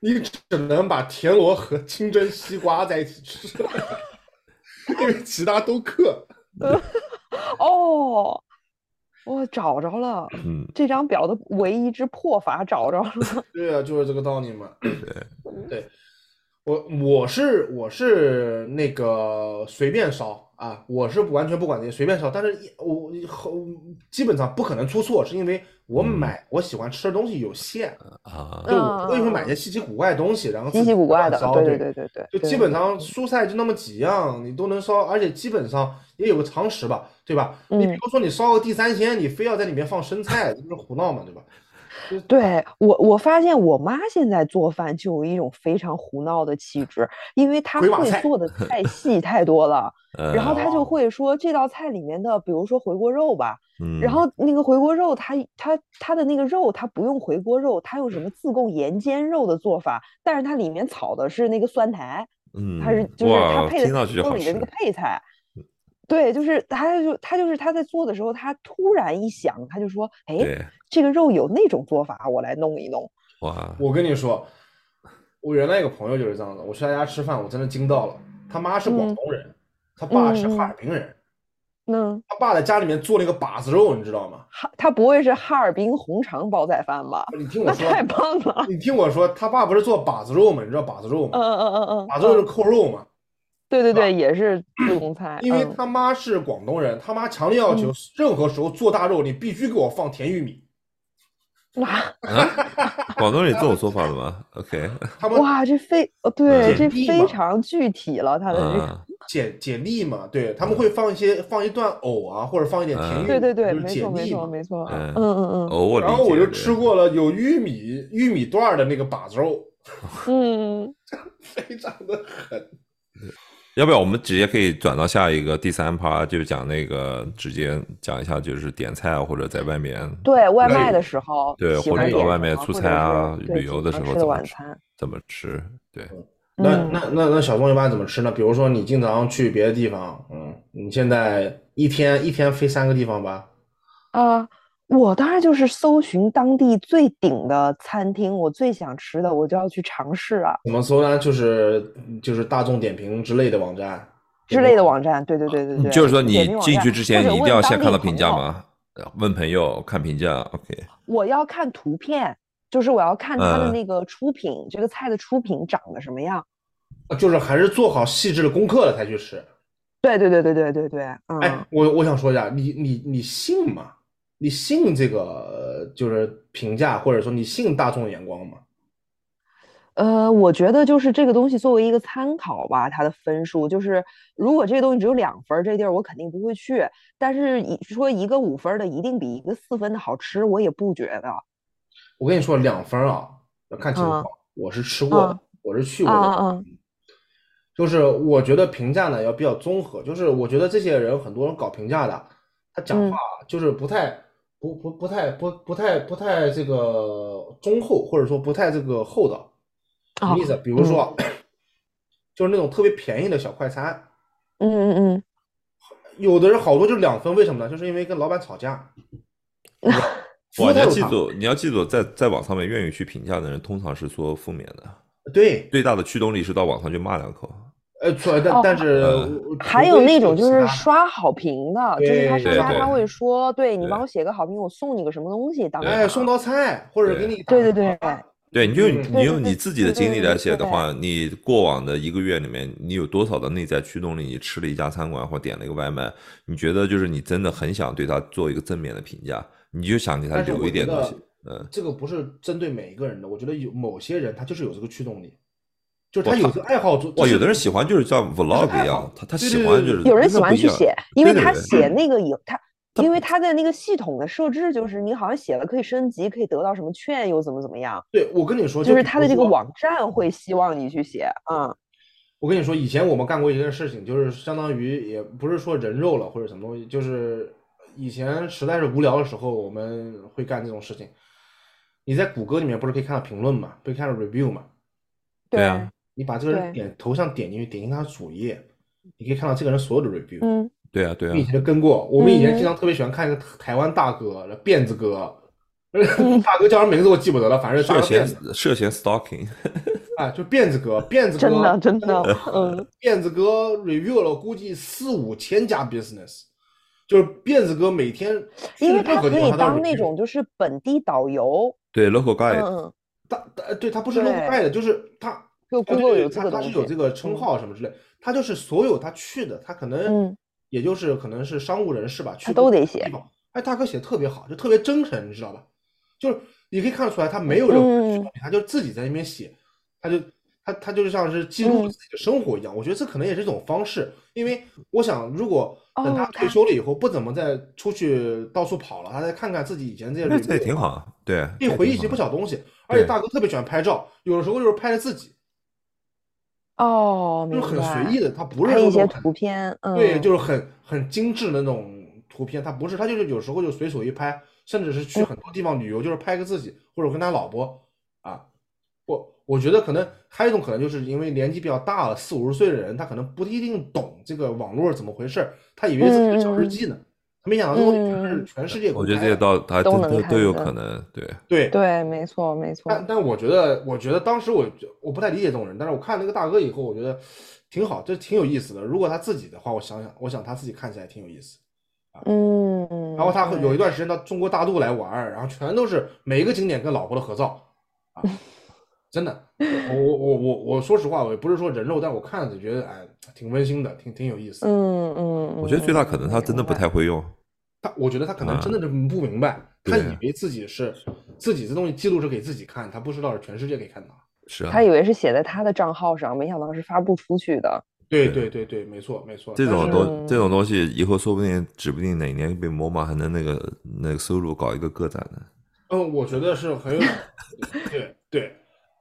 [SPEAKER 1] 你只能把田螺和清蒸西瓜在一起吃，因为其他都克。
[SPEAKER 2] 哦，我找着了
[SPEAKER 3] 嗯，
[SPEAKER 2] 这张表的唯一之破法，找着了。
[SPEAKER 1] 对啊，就是这个道理嘛。对，我我是我是那个随便烧啊，我是完全不管这些，随便烧。但是一我后基本上不可能出错，是因为我
[SPEAKER 3] 嗯
[SPEAKER 1] 买我喜欢吃的东西有限，
[SPEAKER 3] 啊
[SPEAKER 1] 就我不会去
[SPEAKER 2] 嗯
[SPEAKER 1] 买些稀奇古怪的东西，然后自
[SPEAKER 2] 稀奇
[SPEAKER 1] 己
[SPEAKER 2] 古怪
[SPEAKER 1] 乱
[SPEAKER 2] 的，
[SPEAKER 1] 烧
[SPEAKER 2] 对
[SPEAKER 1] 对
[SPEAKER 2] 对对对，
[SPEAKER 1] 就基本上蔬菜就那么几样，你都能烧，而且基本上也有个常识吧，对吧？你比
[SPEAKER 2] 嗯
[SPEAKER 1] 如说你烧个地三鲜，你非要在里面放生菜，这不是胡闹嘛，对吧？
[SPEAKER 2] [LAUGHS] 对我，我发现我妈现在做饭就有一种非常胡闹的气质，因为她
[SPEAKER 1] 鬼马
[SPEAKER 2] 会
[SPEAKER 1] 菜
[SPEAKER 2] 做的菜系太多了，
[SPEAKER 3] 呃，
[SPEAKER 2] 然后她
[SPEAKER 1] 哦
[SPEAKER 2] 就会说这道菜里面的，比如说回锅肉吧，
[SPEAKER 3] 嗯
[SPEAKER 2] 然后那个回锅肉它，它它的那个肉，它不用回锅肉，它用什么自贡盐煎肉的做法，但是它里面炒的是那个蒜苔，
[SPEAKER 3] 嗯，
[SPEAKER 2] 它是就是它
[SPEAKER 3] 哇
[SPEAKER 2] 配的
[SPEAKER 3] 听到就
[SPEAKER 2] 锅
[SPEAKER 3] 好
[SPEAKER 2] 里的
[SPEAKER 3] 吃
[SPEAKER 2] 那
[SPEAKER 3] 嗯
[SPEAKER 2] 个配菜。对，就是他就他就是他在做的时候，他突然一想，他就说：“哎，
[SPEAKER 3] 对，
[SPEAKER 2] 这个肉有那种做法，我来弄一弄。
[SPEAKER 3] 哇，
[SPEAKER 1] 我跟你说，我原来有个朋友就是这样的，我去他家吃饭，我真的惊到了，他妈是广
[SPEAKER 2] 嗯
[SPEAKER 1] 东人，他爸是
[SPEAKER 2] 嗯嗯
[SPEAKER 1] 哈尔滨人，
[SPEAKER 2] 嗯，
[SPEAKER 1] 他爸在家里面做了一个把子肉，你知道吗？
[SPEAKER 2] 哈，他不会是哈尔滨红肠煲仔饭吧？
[SPEAKER 1] 你听
[SPEAKER 2] 那
[SPEAKER 1] 我说，
[SPEAKER 2] 太棒
[SPEAKER 3] [LAUGHS]
[SPEAKER 2] 了！
[SPEAKER 1] 你听我说，他爸不是做把子肉吗？你知道把子肉
[SPEAKER 2] 嗯
[SPEAKER 1] 吗？
[SPEAKER 2] 嗯嗯嗯
[SPEAKER 1] 把
[SPEAKER 2] 嗯，
[SPEAKER 1] 子肉就是扣肉嘛。
[SPEAKER 2] 对对对，也
[SPEAKER 3] [CLEARS THROAT]
[SPEAKER 2] 是自贡菜。
[SPEAKER 1] 因为
[SPEAKER 2] 嗯
[SPEAKER 1] 他妈是广东人，他妈强烈要求任何时候做大肉，你必须给我放甜玉米。
[SPEAKER 2] 哇
[SPEAKER 3] 广东人这种做法的
[SPEAKER 2] [LAUGHS]
[SPEAKER 3] 吗？OK，
[SPEAKER 1] 他们
[SPEAKER 2] 哇，这非呃对，
[SPEAKER 1] 嗯
[SPEAKER 2] 这
[SPEAKER 1] 地
[SPEAKER 2] 非
[SPEAKER 1] 嘛
[SPEAKER 2] 常具体了，他的这个
[SPEAKER 3] 嗯，
[SPEAKER 1] 简简历嘛，对他们会放一些放一段藕啊，或者放一点甜玉米，
[SPEAKER 2] 对对对，
[SPEAKER 1] 就是
[SPEAKER 2] 没错
[SPEAKER 1] 简
[SPEAKER 2] 没
[SPEAKER 1] 历
[SPEAKER 2] 错
[SPEAKER 1] 嘛。
[SPEAKER 2] 没错，
[SPEAKER 3] 嗯
[SPEAKER 2] 嗯嗯嗯
[SPEAKER 3] 哦，我理
[SPEAKER 1] 然后我
[SPEAKER 3] 解
[SPEAKER 1] 就
[SPEAKER 3] 对
[SPEAKER 1] 吃过了有玉米玉米段儿的那个把子肉， [LAUGHS]
[SPEAKER 2] 嗯，
[SPEAKER 1] 非常的狠。
[SPEAKER 3] 要不要我们直接可以转到下一个第三趴，就讲那个直接讲一下，就是点菜啊，或者在外面
[SPEAKER 2] 对外
[SPEAKER 1] 可以
[SPEAKER 2] 卖的时候
[SPEAKER 3] 对
[SPEAKER 2] 喜
[SPEAKER 3] 或
[SPEAKER 2] 欢
[SPEAKER 1] 者
[SPEAKER 2] 点
[SPEAKER 1] 到
[SPEAKER 3] 外
[SPEAKER 2] 什
[SPEAKER 3] 面
[SPEAKER 2] 么
[SPEAKER 3] 出
[SPEAKER 2] 或
[SPEAKER 3] 差
[SPEAKER 2] 者是
[SPEAKER 3] 啊
[SPEAKER 2] 对
[SPEAKER 3] 旅
[SPEAKER 2] 喜
[SPEAKER 3] 游的
[SPEAKER 2] 欢
[SPEAKER 3] 时
[SPEAKER 2] 吃的
[SPEAKER 3] 候怎么
[SPEAKER 2] 晚
[SPEAKER 3] 吃
[SPEAKER 2] 餐，
[SPEAKER 3] 怎么吃，对，
[SPEAKER 1] 那
[SPEAKER 2] 嗯
[SPEAKER 1] 那那那小宋一般怎么吃呢？比如说你经常去别的地方，嗯，你现在一天一天飞三个地方吧，
[SPEAKER 2] 啊。我当然就是搜寻当地最顶的餐厅，我最想吃的，我就要去尝试啊
[SPEAKER 1] 怎么搜呢？就是就是大众点评之类的网站。
[SPEAKER 2] 之类的网站。对对对对对，
[SPEAKER 3] 啊嗯就是说
[SPEAKER 2] 点
[SPEAKER 3] 你
[SPEAKER 2] 评网
[SPEAKER 3] 进
[SPEAKER 2] 站
[SPEAKER 3] 去之前，
[SPEAKER 2] 或者
[SPEAKER 3] 你一定
[SPEAKER 2] 问
[SPEAKER 3] 要
[SPEAKER 2] 当
[SPEAKER 3] 先
[SPEAKER 2] 地
[SPEAKER 3] 看到评价
[SPEAKER 2] 朋友
[SPEAKER 3] 吗？呃问朋友看评价，OK，
[SPEAKER 2] 我要看图片，就是我要看它的
[SPEAKER 3] 嗯
[SPEAKER 2] 那个出品，这个菜的出品长得什么样。
[SPEAKER 1] 啊就是还是做好细致的功课了才去吃。
[SPEAKER 2] 对对对对对对对，嗯，
[SPEAKER 1] 哎，我我想说一下，你你你信吗？你信这个呃就是评价，或者说你信大众眼光吗？
[SPEAKER 2] 呃，我觉得就是这个东西作为一个参考吧，它的分数就是，如果这个东西只有两分儿，这地儿我肯定不会去。但是一说一个五分儿的一定比一个四分的好吃，我也不觉得。
[SPEAKER 1] 我跟你说，两分儿啊，要看情况。
[SPEAKER 2] 嗯
[SPEAKER 1] 我是吃过的，
[SPEAKER 2] 嗯
[SPEAKER 1] 我是去过的。
[SPEAKER 2] 啊啊
[SPEAKER 1] 就是我觉得评价呢要比较综合，就是我觉得这些人很多人搞评价的，他讲
[SPEAKER 2] 嗯
[SPEAKER 1] 话就是不太不不不太不不太不太这个忠厚，或者说不太这个厚道。什么
[SPEAKER 2] 啊
[SPEAKER 1] 意思？比如说 [COUGHS] 啊，就是那种特别便宜的小快餐，
[SPEAKER 2] 嗯嗯
[SPEAKER 1] 有的人好多就两分，为什么呢？就是因为跟老板吵
[SPEAKER 2] [LAUGHS]
[SPEAKER 1] 架。服
[SPEAKER 3] 哇，
[SPEAKER 1] 务
[SPEAKER 3] 你
[SPEAKER 1] 态
[SPEAKER 3] 要
[SPEAKER 1] 度
[SPEAKER 3] 记
[SPEAKER 1] 差
[SPEAKER 3] 住，你要记住，在在网上面愿意去评价的人，通常是说负面的，
[SPEAKER 1] [LAUGHS] 对，
[SPEAKER 3] 最大的驱动力是到网上去骂两口。
[SPEAKER 1] 呃，呃，错，但但是
[SPEAKER 3] 嗯
[SPEAKER 2] 哦还有那种就是
[SPEAKER 1] 说。
[SPEAKER 2] 刷好评的，就是他
[SPEAKER 1] 对
[SPEAKER 2] 商
[SPEAKER 3] 对
[SPEAKER 2] 家
[SPEAKER 3] 对
[SPEAKER 2] 他会说，对你
[SPEAKER 3] 对
[SPEAKER 2] 帮我写个好评，我送你个什么东西，当
[SPEAKER 1] 哎，
[SPEAKER 2] 然
[SPEAKER 1] 送道菜，或者给你打个
[SPEAKER 2] 对对对
[SPEAKER 1] [LAUGHS] 卡
[SPEAKER 3] 对，你就
[SPEAKER 1] 嗯
[SPEAKER 3] 你用你
[SPEAKER 2] 对
[SPEAKER 3] 自己的经历来写的
[SPEAKER 2] 对
[SPEAKER 3] 话，你过往的一个月里面，你有多少的内在驱动力？你吃了一家餐馆或点了一个外卖，你觉得就是你真的很想对它做一个正面的评价，你就想给它
[SPEAKER 1] 但是
[SPEAKER 3] 留
[SPEAKER 1] 我
[SPEAKER 3] 一点
[SPEAKER 1] 觉
[SPEAKER 3] 东
[SPEAKER 1] 得
[SPEAKER 3] 西。嗯，
[SPEAKER 1] 这个不是针对每一个人的，我觉得有某些人他就是有这个驱动力，就是他
[SPEAKER 3] 我
[SPEAKER 1] 有
[SPEAKER 3] 操
[SPEAKER 1] 这个爱好做。
[SPEAKER 3] 哇，
[SPEAKER 1] 这是
[SPEAKER 3] 有的人喜欢就是像 vlog
[SPEAKER 1] 爱
[SPEAKER 3] 一样
[SPEAKER 1] 好，
[SPEAKER 3] 他他
[SPEAKER 1] 对
[SPEAKER 3] 喜
[SPEAKER 1] 对
[SPEAKER 3] 欢
[SPEAKER 1] 对
[SPEAKER 3] 就是
[SPEAKER 2] 有人
[SPEAKER 3] 真的
[SPEAKER 2] 喜
[SPEAKER 3] 不
[SPEAKER 2] 欢
[SPEAKER 3] 一
[SPEAKER 2] 去
[SPEAKER 3] 样
[SPEAKER 2] 写，因为
[SPEAKER 3] 对对
[SPEAKER 2] 他
[SPEAKER 3] 对
[SPEAKER 1] 嗯
[SPEAKER 2] 写那个以他。因为他在那个系统的设置，就是你好像写了可以升级，可以得到什么券，又怎么怎么样，
[SPEAKER 1] 对我跟你说，
[SPEAKER 2] 就是
[SPEAKER 1] 比
[SPEAKER 2] 他的
[SPEAKER 1] 如
[SPEAKER 2] 这个
[SPEAKER 1] 说
[SPEAKER 2] 网站会希望你去写，嗯，
[SPEAKER 1] 我跟你说，以前我们干过一件事情，就是相当于也不是说人肉了或者什么东西，就是以前实在是无聊的时候，我们会干这种事情。你在谷歌里面不是可以看到评论嘛，可以看到 review 嘛？
[SPEAKER 3] 对啊，
[SPEAKER 1] 你把这个人
[SPEAKER 2] 对
[SPEAKER 1] 点头像点进去，点进他的主页，你可以看到这个人所有的 review。
[SPEAKER 2] 嗯，
[SPEAKER 3] 对啊，对啊
[SPEAKER 1] 我以，前就跟过，我们以前经
[SPEAKER 2] 嗯
[SPEAKER 1] 常特别喜欢看一个台湾大哥，辫子哥，
[SPEAKER 2] 嗯
[SPEAKER 1] [LAUGHS] 大哥叫什么名字我记不得了，反正大
[SPEAKER 3] 涉
[SPEAKER 1] 个辫
[SPEAKER 3] 嫌
[SPEAKER 1] 子
[SPEAKER 3] 涉嫌 stalking，
[SPEAKER 1] 啊，就辫子哥，辫子哥
[SPEAKER 2] 真的真
[SPEAKER 1] [LAUGHS]
[SPEAKER 2] 的，嗯，
[SPEAKER 1] 辫子哥 review 了估计四五千家 business，就是辫子哥每天
[SPEAKER 2] 因为
[SPEAKER 1] 去任
[SPEAKER 2] 他
[SPEAKER 1] 何地
[SPEAKER 2] 可
[SPEAKER 1] 方
[SPEAKER 2] 以
[SPEAKER 1] 他都要
[SPEAKER 2] 当那
[SPEAKER 1] review
[SPEAKER 2] 种就是本地导游，
[SPEAKER 3] 对 local
[SPEAKER 2] 嗯
[SPEAKER 3] guide，
[SPEAKER 2] 嗯，
[SPEAKER 1] 他他对他不是
[SPEAKER 2] 对
[SPEAKER 1] local guide，就是他
[SPEAKER 2] 就
[SPEAKER 1] 啊
[SPEAKER 2] Google
[SPEAKER 1] 对
[SPEAKER 2] 有这
[SPEAKER 1] 他
[SPEAKER 2] 个
[SPEAKER 1] 他
[SPEAKER 2] 东
[SPEAKER 1] 是有
[SPEAKER 2] 西
[SPEAKER 1] 这个称
[SPEAKER 2] 嗯
[SPEAKER 1] 号什么之类，他就是所有他去的，他可能
[SPEAKER 2] 嗯
[SPEAKER 1] 也就是可能是商务人士吧，去
[SPEAKER 2] 他
[SPEAKER 1] 过
[SPEAKER 2] 都
[SPEAKER 1] 的
[SPEAKER 2] 得
[SPEAKER 1] 地
[SPEAKER 2] 写
[SPEAKER 1] 方。哎，大哥写的特别好，就特别真诚，你知道吧？就是你可以看得出来，他没有任何人去
[SPEAKER 2] 嗯
[SPEAKER 1] 动他就自己在那边写，他就他他就像是记录
[SPEAKER 2] 嗯
[SPEAKER 1] 自己的生活一样。我觉得这可能也是一种方式，因为我想，如果等他
[SPEAKER 2] 哦
[SPEAKER 1] 退
[SPEAKER 2] 他
[SPEAKER 1] 休了以后，不怎么再出去到处跑了，他再看看自己以前这些
[SPEAKER 3] 那
[SPEAKER 1] 人，
[SPEAKER 3] 这也挺好，啊，对啊，
[SPEAKER 1] 可以
[SPEAKER 3] 这也
[SPEAKER 1] 回忆一些
[SPEAKER 3] 挺好
[SPEAKER 1] 不
[SPEAKER 3] 的
[SPEAKER 1] 小东西。而且
[SPEAKER 3] 对
[SPEAKER 1] 大哥特别喜欢拍照，有的时候就是拍了自己，
[SPEAKER 2] 哦，
[SPEAKER 1] 就是
[SPEAKER 2] 明
[SPEAKER 1] 很
[SPEAKER 2] 白
[SPEAKER 1] 随意，的，他不是
[SPEAKER 2] 拍
[SPEAKER 1] 说
[SPEAKER 2] 一
[SPEAKER 1] 那
[SPEAKER 2] 些
[SPEAKER 1] 种很
[SPEAKER 2] 图片，嗯，
[SPEAKER 1] 对，就是很很精致的那种图片，他不是，他就是有时候就随手一拍，甚至是
[SPEAKER 2] 嗯
[SPEAKER 1] 去很多地方旅游，就是拍个自己或者跟他老婆啊。我我觉得可能还有一种可能，就是因为年纪比较大了，四五十岁的人，他可能不一定懂这个网络是怎么回事儿，他以为自己是小日
[SPEAKER 2] 嗯嗯
[SPEAKER 1] 记呢，他没想到这个东西全是
[SPEAKER 2] 嗯
[SPEAKER 1] 全世界公
[SPEAKER 3] 我觉得
[SPEAKER 1] 开
[SPEAKER 3] 这些
[SPEAKER 1] 的
[SPEAKER 3] 倒还
[SPEAKER 2] 都
[SPEAKER 3] 真
[SPEAKER 2] 能
[SPEAKER 3] 都都
[SPEAKER 2] 看
[SPEAKER 3] 有
[SPEAKER 2] 的
[SPEAKER 3] 可能，对，
[SPEAKER 1] 对
[SPEAKER 2] 对，没错没错，
[SPEAKER 1] 但但我觉得，我觉得当时我我不太理解这种人，但是我看那个大哥以后，我觉得挺好，这挺有意思的。如果他自己的话，我想想，我想他自己看起来挺有意思。
[SPEAKER 2] 嗯，
[SPEAKER 1] 然后他会有一
[SPEAKER 2] 对
[SPEAKER 3] 哦
[SPEAKER 1] 段时间到中国大陆来玩儿，然后全都是每一个景点跟老婆的合照
[SPEAKER 3] [LAUGHS]
[SPEAKER 1] 啊，真的，我我我我我说实话，我也不是说人肉，但我看着觉得哎，挺温馨的，挺挺有意思的。
[SPEAKER 2] 嗯嗯，
[SPEAKER 3] 我觉得最大可
[SPEAKER 2] 嗯
[SPEAKER 3] 能他真的不。
[SPEAKER 2] 明白
[SPEAKER 3] 太会用，
[SPEAKER 1] 他我觉得他可能真的是不明白，他
[SPEAKER 3] 嗯对
[SPEAKER 1] 以为自己是自己这东西记录是给自己看，他不知道是全世界可以看到。
[SPEAKER 3] 是啊
[SPEAKER 2] 他，以为是写在他的账号上，没想到是发布出去的。
[SPEAKER 1] 对对对对，没错没错。
[SPEAKER 3] 这
[SPEAKER 1] 但
[SPEAKER 3] 种
[SPEAKER 1] 是
[SPEAKER 3] 东这种东西以后说不定指不定哪年被魔马还能那个那个收入搞一个个展呢。
[SPEAKER 1] 嗯，我觉得是很有，对对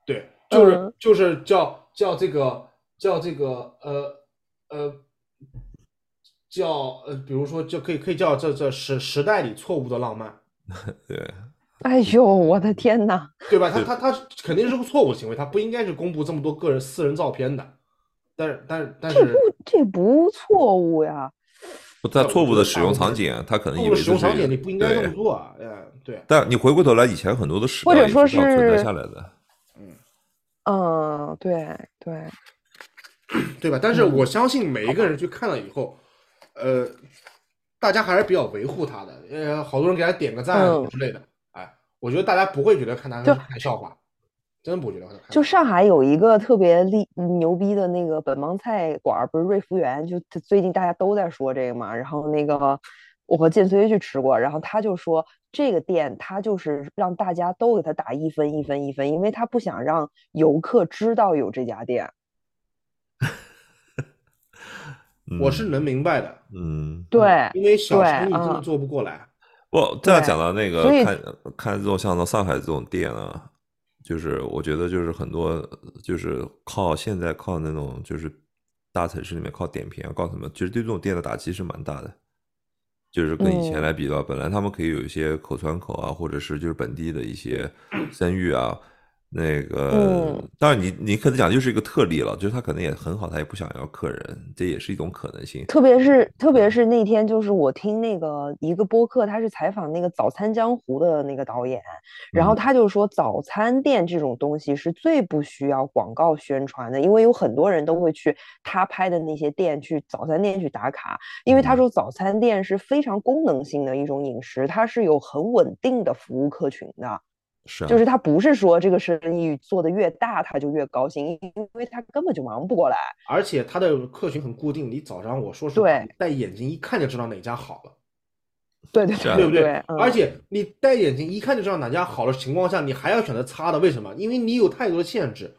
[SPEAKER 1] 对，就是
[SPEAKER 2] 嗯
[SPEAKER 1] 就是叫叫这个叫这个呃呃叫呃，比如说就可以可以叫这这时时代里错误的浪漫，
[SPEAKER 3] 对，
[SPEAKER 2] 哎呦，我的天呐，
[SPEAKER 1] 对吧？他他他肯定是个错误行为，他不应该是公布这么多个人私人照片的，但是但是但是
[SPEAKER 2] 这不错误呀！
[SPEAKER 3] 不他
[SPEAKER 1] 我
[SPEAKER 3] 错
[SPEAKER 1] 觉
[SPEAKER 3] 误
[SPEAKER 1] 得
[SPEAKER 3] 的
[SPEAKER 1] 大
[SPEAKER 3] 使用
[SPEAKER 1] 部分
[SPEAKER 3] 场景，啊他可能
[SPEAKER 1] 错
[SPEAKER 3] 以
[SPEAKER 1] 误的
[SPEAKER 3] 为
[SPEAKER 1] 使
[SPEAKER 3] 这
[SPEAKER 1] 用
[SPEAKER 3] 是
[SPEAKER 1] 场景你不应该这么
[SPEAKER 3] 对，
[SPEAKER 1] 做啊，嗯，对，
[SPEAKER 3] 但你回过头来，以前很多的史
[SPEAKER 2] 或
[SPEAKER 3] 料
[SPEAKER 2] 者
[SPEAKER 3] 也
[SPEAKER 2] 说
[SPEAKER 3] 是这样存在
[SPEAKER 2] 是
[SPEAKER 3] 下来的。
[SPEAKER 1] 嗯，
[SPEAKER 2] 嗯，对对，
[SPEAKER 1] 对吧？但
[SPEAKER 2] 嗯
[SPEAKER 1] 是我相信每一个人去看了以后，呃，大家还是比较维护他的，呃，好多人给他点个赞啊
[SPEAKER 2] 嗯
[SPEAKER 1] 之类的。哎，我觉得大家不会觉得看他是
[SPEAKER 2] 就
[SPEAKER 1] 看笑话，真不觉得看。
[SPEAKER 2] 就上海有一个特别厉牛逼的那个本帮菜馆儿，不是瑞福园，就他最近大家都在说这个嘛。然后那个我和建崔去吃过，然后他就说这个店他就是让大家都给他打一分一分一分，因为他不想让游客知道有这家店。
[SPEAKER 1] 我是
[SPEAKER 3] 嗯
[SPEAKER 1] 能明白的，
[SPEAKER 3] 嗯，
[SPEAKER 2] 对，
[SPEAKER 1] 因为小
[SPEAKER 2] 对
[SPEAKER 1] 生意真的
[SPEAKER 2] 嗯
[SPEAKER 1] 做不过来。
[SPEAKER 3] 不，这样
[SPEAKER 2] 对
[SPEAKER 3] 讲到那个
[SPEAKER 2] 所以
[SPEAKER 3] 看看这种像到上海这种店啊，就是我觉得就是很多就是靠现在靠那种就是大城市里面靠点评啊，靠什么，其实对这种店的打击是蛮大的。就是跟以
[SPEAKER 2] 嗯
[SPEAKER 3] 前来比的话，本来他们可以有一些口传口啊，或者是就是本地的一些声誉啊，那个
[SPEAKER 2] 嗯，
[SPEAKER 3] 当然你你可能讲就是一个特例了，就是他可能也很好，他也不想要客人，这也是一种可能性。
[SPEAKER 2] 特别是特别是那天，就是我听那个一个播客，他是采访那个《早餐江湖》的那个导演，然后
[SPEAKER 3] 嗯
[SPEAKER 2] 他就说，早餐店这种东西是最不需要广告宣传的，因为有很多人都会去他拍的那些店去早餐店去打卡，因为他
[SPEAKER 3] 嗯
[SPEAKER 2] 说早餐店是非常功能性的一种饮食，它是有很稳定的服务客群的。
[SPEAKER 3] 是啊，
[SPEAKER 2] 就是他不是说这个生意做得越大他就越高兴，因为他根本就忙不过来。
[SPEAKER 1] 而且它的客群很固定，你早上我说实话，
[SPEAKER 2] 对
[SPEAKER 1] 你戴眼镜一看就知道哪家好了，
[SPEAKER 2] 对对
[SPEAKER 3] 是啊
[SPEAKER 1] 对
[SPEAKER 2] 对
[SPEAKER 1] 不对？
[SPEAKER 2] 嗯
[SPEAKER 1] 而且你戴眼镜一看就知道哪家好的情况下，你还要选择擦的，为什么？因为你有太多的限制。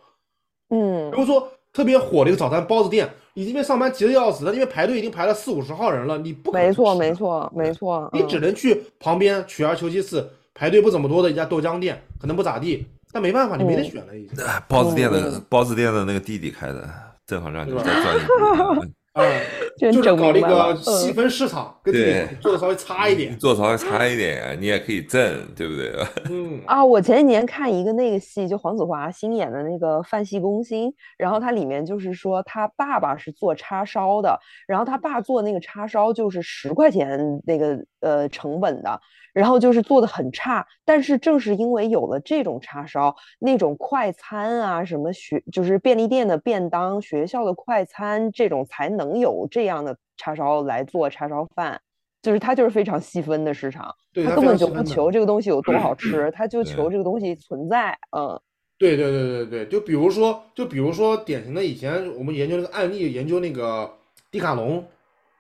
[SPEAKER 2] 嗯
[SPEAKER 1] 比如说特别火的一个早餐包子店，你这边上班急得要死，他因为排队已经排了四五十号人了，你不可能
[SPEAKER 2] 没
[SPEAKER 1] 去
[SPEAKER 2] 错
[SPEAKER 1] 吃
[SPEAKER 2] 没
[SPEAKER 1] 的，
[SPEAKER 2] 错没错，
[SPEAKER 1] 你
[SPEAKER 2] 嗯
[SPEAKER 1] 只能去旁边取而求其次，排队不怎么多的一家豆浆店，可能不咋地，但没办法，你没得
[SPEAKER 2] 嗯
[SPEAKER 1] 选了已经。
[SPEAKER 3] 哎包子店的
[SPEAKER 2] 嗯
[SPEAKER 3] 包子店的那个弟弟开的，正好让你
[SPEAKER 1] 对
[SPEAKER 3] 们
[SPEAKER 1] 吧
[SPEAKER 3] 再赚一 [LAUGHS] 笔
[SPEAKER 1] 啊，
[SPEAKER 2] [LAUGHS] 真
[SPEAKER 1] 就是
[SPEAKER 2] 整
[SPEAKER 1] 搞这
[SPEAKER 2] 明白
[SPEAKER 1] 个
[SPEAKER 2] 了
[SPEAKER 1] 细
[SPEAKER 2] 嗯
[SPEAKER 1] 分市场，跟自
[SPEAKER 3] 对
[SPEAKER 1] 己做的稍微差一
[SPEAKER 3] 嗯， [LAUGHS]
[SPEAKER 1] 点。
[SPEAKER 3] 做稍微差一点，你也可以挣，对不对？ [LAUGHS]
[SPEAKER 1] 嗯，
[SPEAKER 2] 啊，我前几年看一个那个戏，就黄子华新演的那个《范戏攻心》，然后它里面就是说他爸爸是做叉烧的，然后他爸做那个叉烧就是十块钱那个呃成本的，然后就是做的很差，但是正是因为有了这种叉烧，那种快餐啊，什么学就是便利店的便当、学校的快餐这种，才能有这样的叉烧来做叉烧饭，就是它就是非常细分的市场。
[SPEAKER 1] 对，
[SPEAKER 2] 他
[SPEAKER 1] 它
[SPEAKER 2] 根
[SPEAKER 1] 非常
[SPEAKER 2] 本就
[SPEAKER 1] 细
[SPEAKER 2] 不
[SPEAKER 1] 分的嗯
[SPEAKER 2] 求这个东西有多好吃，他就
[SPEAKER 3] 对
[SPEAKER 2] 求这个东西存在。嗯
[SPEAKER 1] 对对对对对，就比如说，就比如说典型的以前我们研究那个案例，研究那个迪卡侬，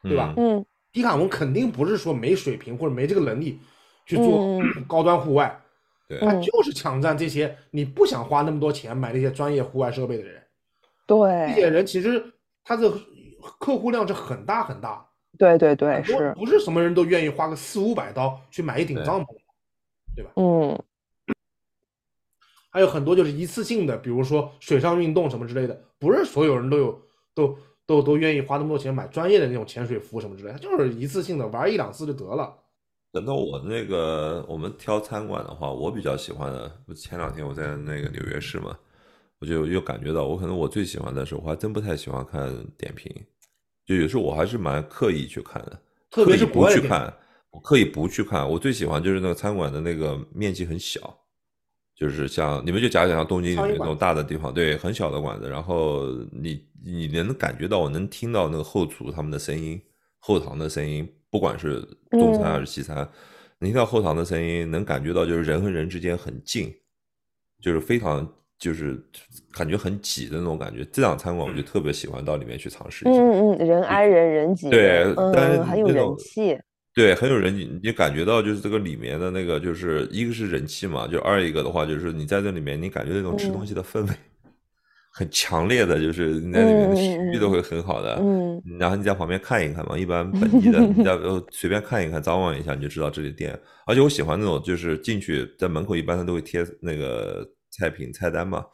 [SPEAKER 1] 对吧
[SPEAKER 3] 嗯？
[SPEAKER 2] 嗯
[SPEAKER 1] 迪卡侬肯定不是说没水平或者没这个能力去做
[SPEAKER 2] 嗯嗯
[SPEAKER 1] [CLEARS THROAT] 高端户外，
[SPEAKER 3] 对
[SPEAKER 1] 他
[SPEAKER 2] 嗯
[SPEAKER 1] 就是抢占这些你不想花那么多钱买那些专业户外设备的人。这些
[SPEAKER 2] 对
[SPEAKER 1] 人其实他的客户量是很大很大，
[SPEAKER 2] 对对对，
[SPEAKER 1] 很多
[SPEAKER 2] 是，
[SPEAKER 1] 不是什么人都愿意花个四五百刀去买一顶
[SPEAKER 3] 对
[SPEAKER 1] 帐篷。
[SPEAKER 2] 嗯
[SPEAKER 1] 还有很多就是一次性的，比如说水上运动什么之类的，不是所有人都有都都都愿意花那么多钱买专业的那种潜水服什么之类的，它就是一次性的玩一两次就得了。
[SPEAKER 3] 等到我那个我们挑餐馆的话，我比较喜欢的，前两天我在那个纽约市嘛，我就又感觉到我可能我最喜欢的是，我还真不太喜欢看点评，就有时候我还是蛮刻意去看的，
[SPEAKER 1] 特别是
[SPEAKER 3] 刻意
[SPEAKER 1] 国
[SPEAKER 3] 不
[SPEAKER 1] 外的
[SPEAKER 3] 去
[SPEAKER 1] 店
[SPEAKER 3] 看，我刻意不去看，我最喜欢就是那个餐馆的那个面积很小，就是像你们就假想像东京里
[SPEAKER 1] 苍蝇
[SPEAKER 3] 面那
[SPEAKER 1] 馆
[SPEAKER 3] 种大的地方，对，很小的馆子，然后你你能感觉到，我能听到那个后厨他们的声音，后堂的声音，不管是中餐
[SPEAKER 1] 嗯
[SPEAKER 3] 还是西餐，能听到后堂的声音，能感觉到就是人和人之间很近，就是非常就是感觉很挤的那种感觉。这两餐馆我
[SPEAKER 1] 嗯
[SPEAKER 3] 就特别喜欢到里面去尝试一下。
[SPEAKER 2] 嗯嗯，人挨人人挤人，
[SPEAKER 3] 对但是
[SPEAKER 2] 嗯，很有
[SPEAKER 3] 这
[SPEAKER 2] 人
[SPEAKER 3] 种
[SPEAKER 2] 气，
[SPEAKER 1] 啊
[SPEAKER 3] 对，很有人，你你感觉到就是这个里面的那个，就是一个是人气嘛，就二一个的话就是你在这里面，你感觉那种吃东西的氛围 [LAUGHS] 很强烈的，就是你在里面的食欲都会很好的。
[SPEAKER 2] 嗯
[SPEAKER 3] 然后你在旁边看一看嘛，一般本地的你在呃随便看一看、张望一下，你就知道这里店。而且我喜欢那种就是进去在门口一般他都会贴那个菜品菜单嘛，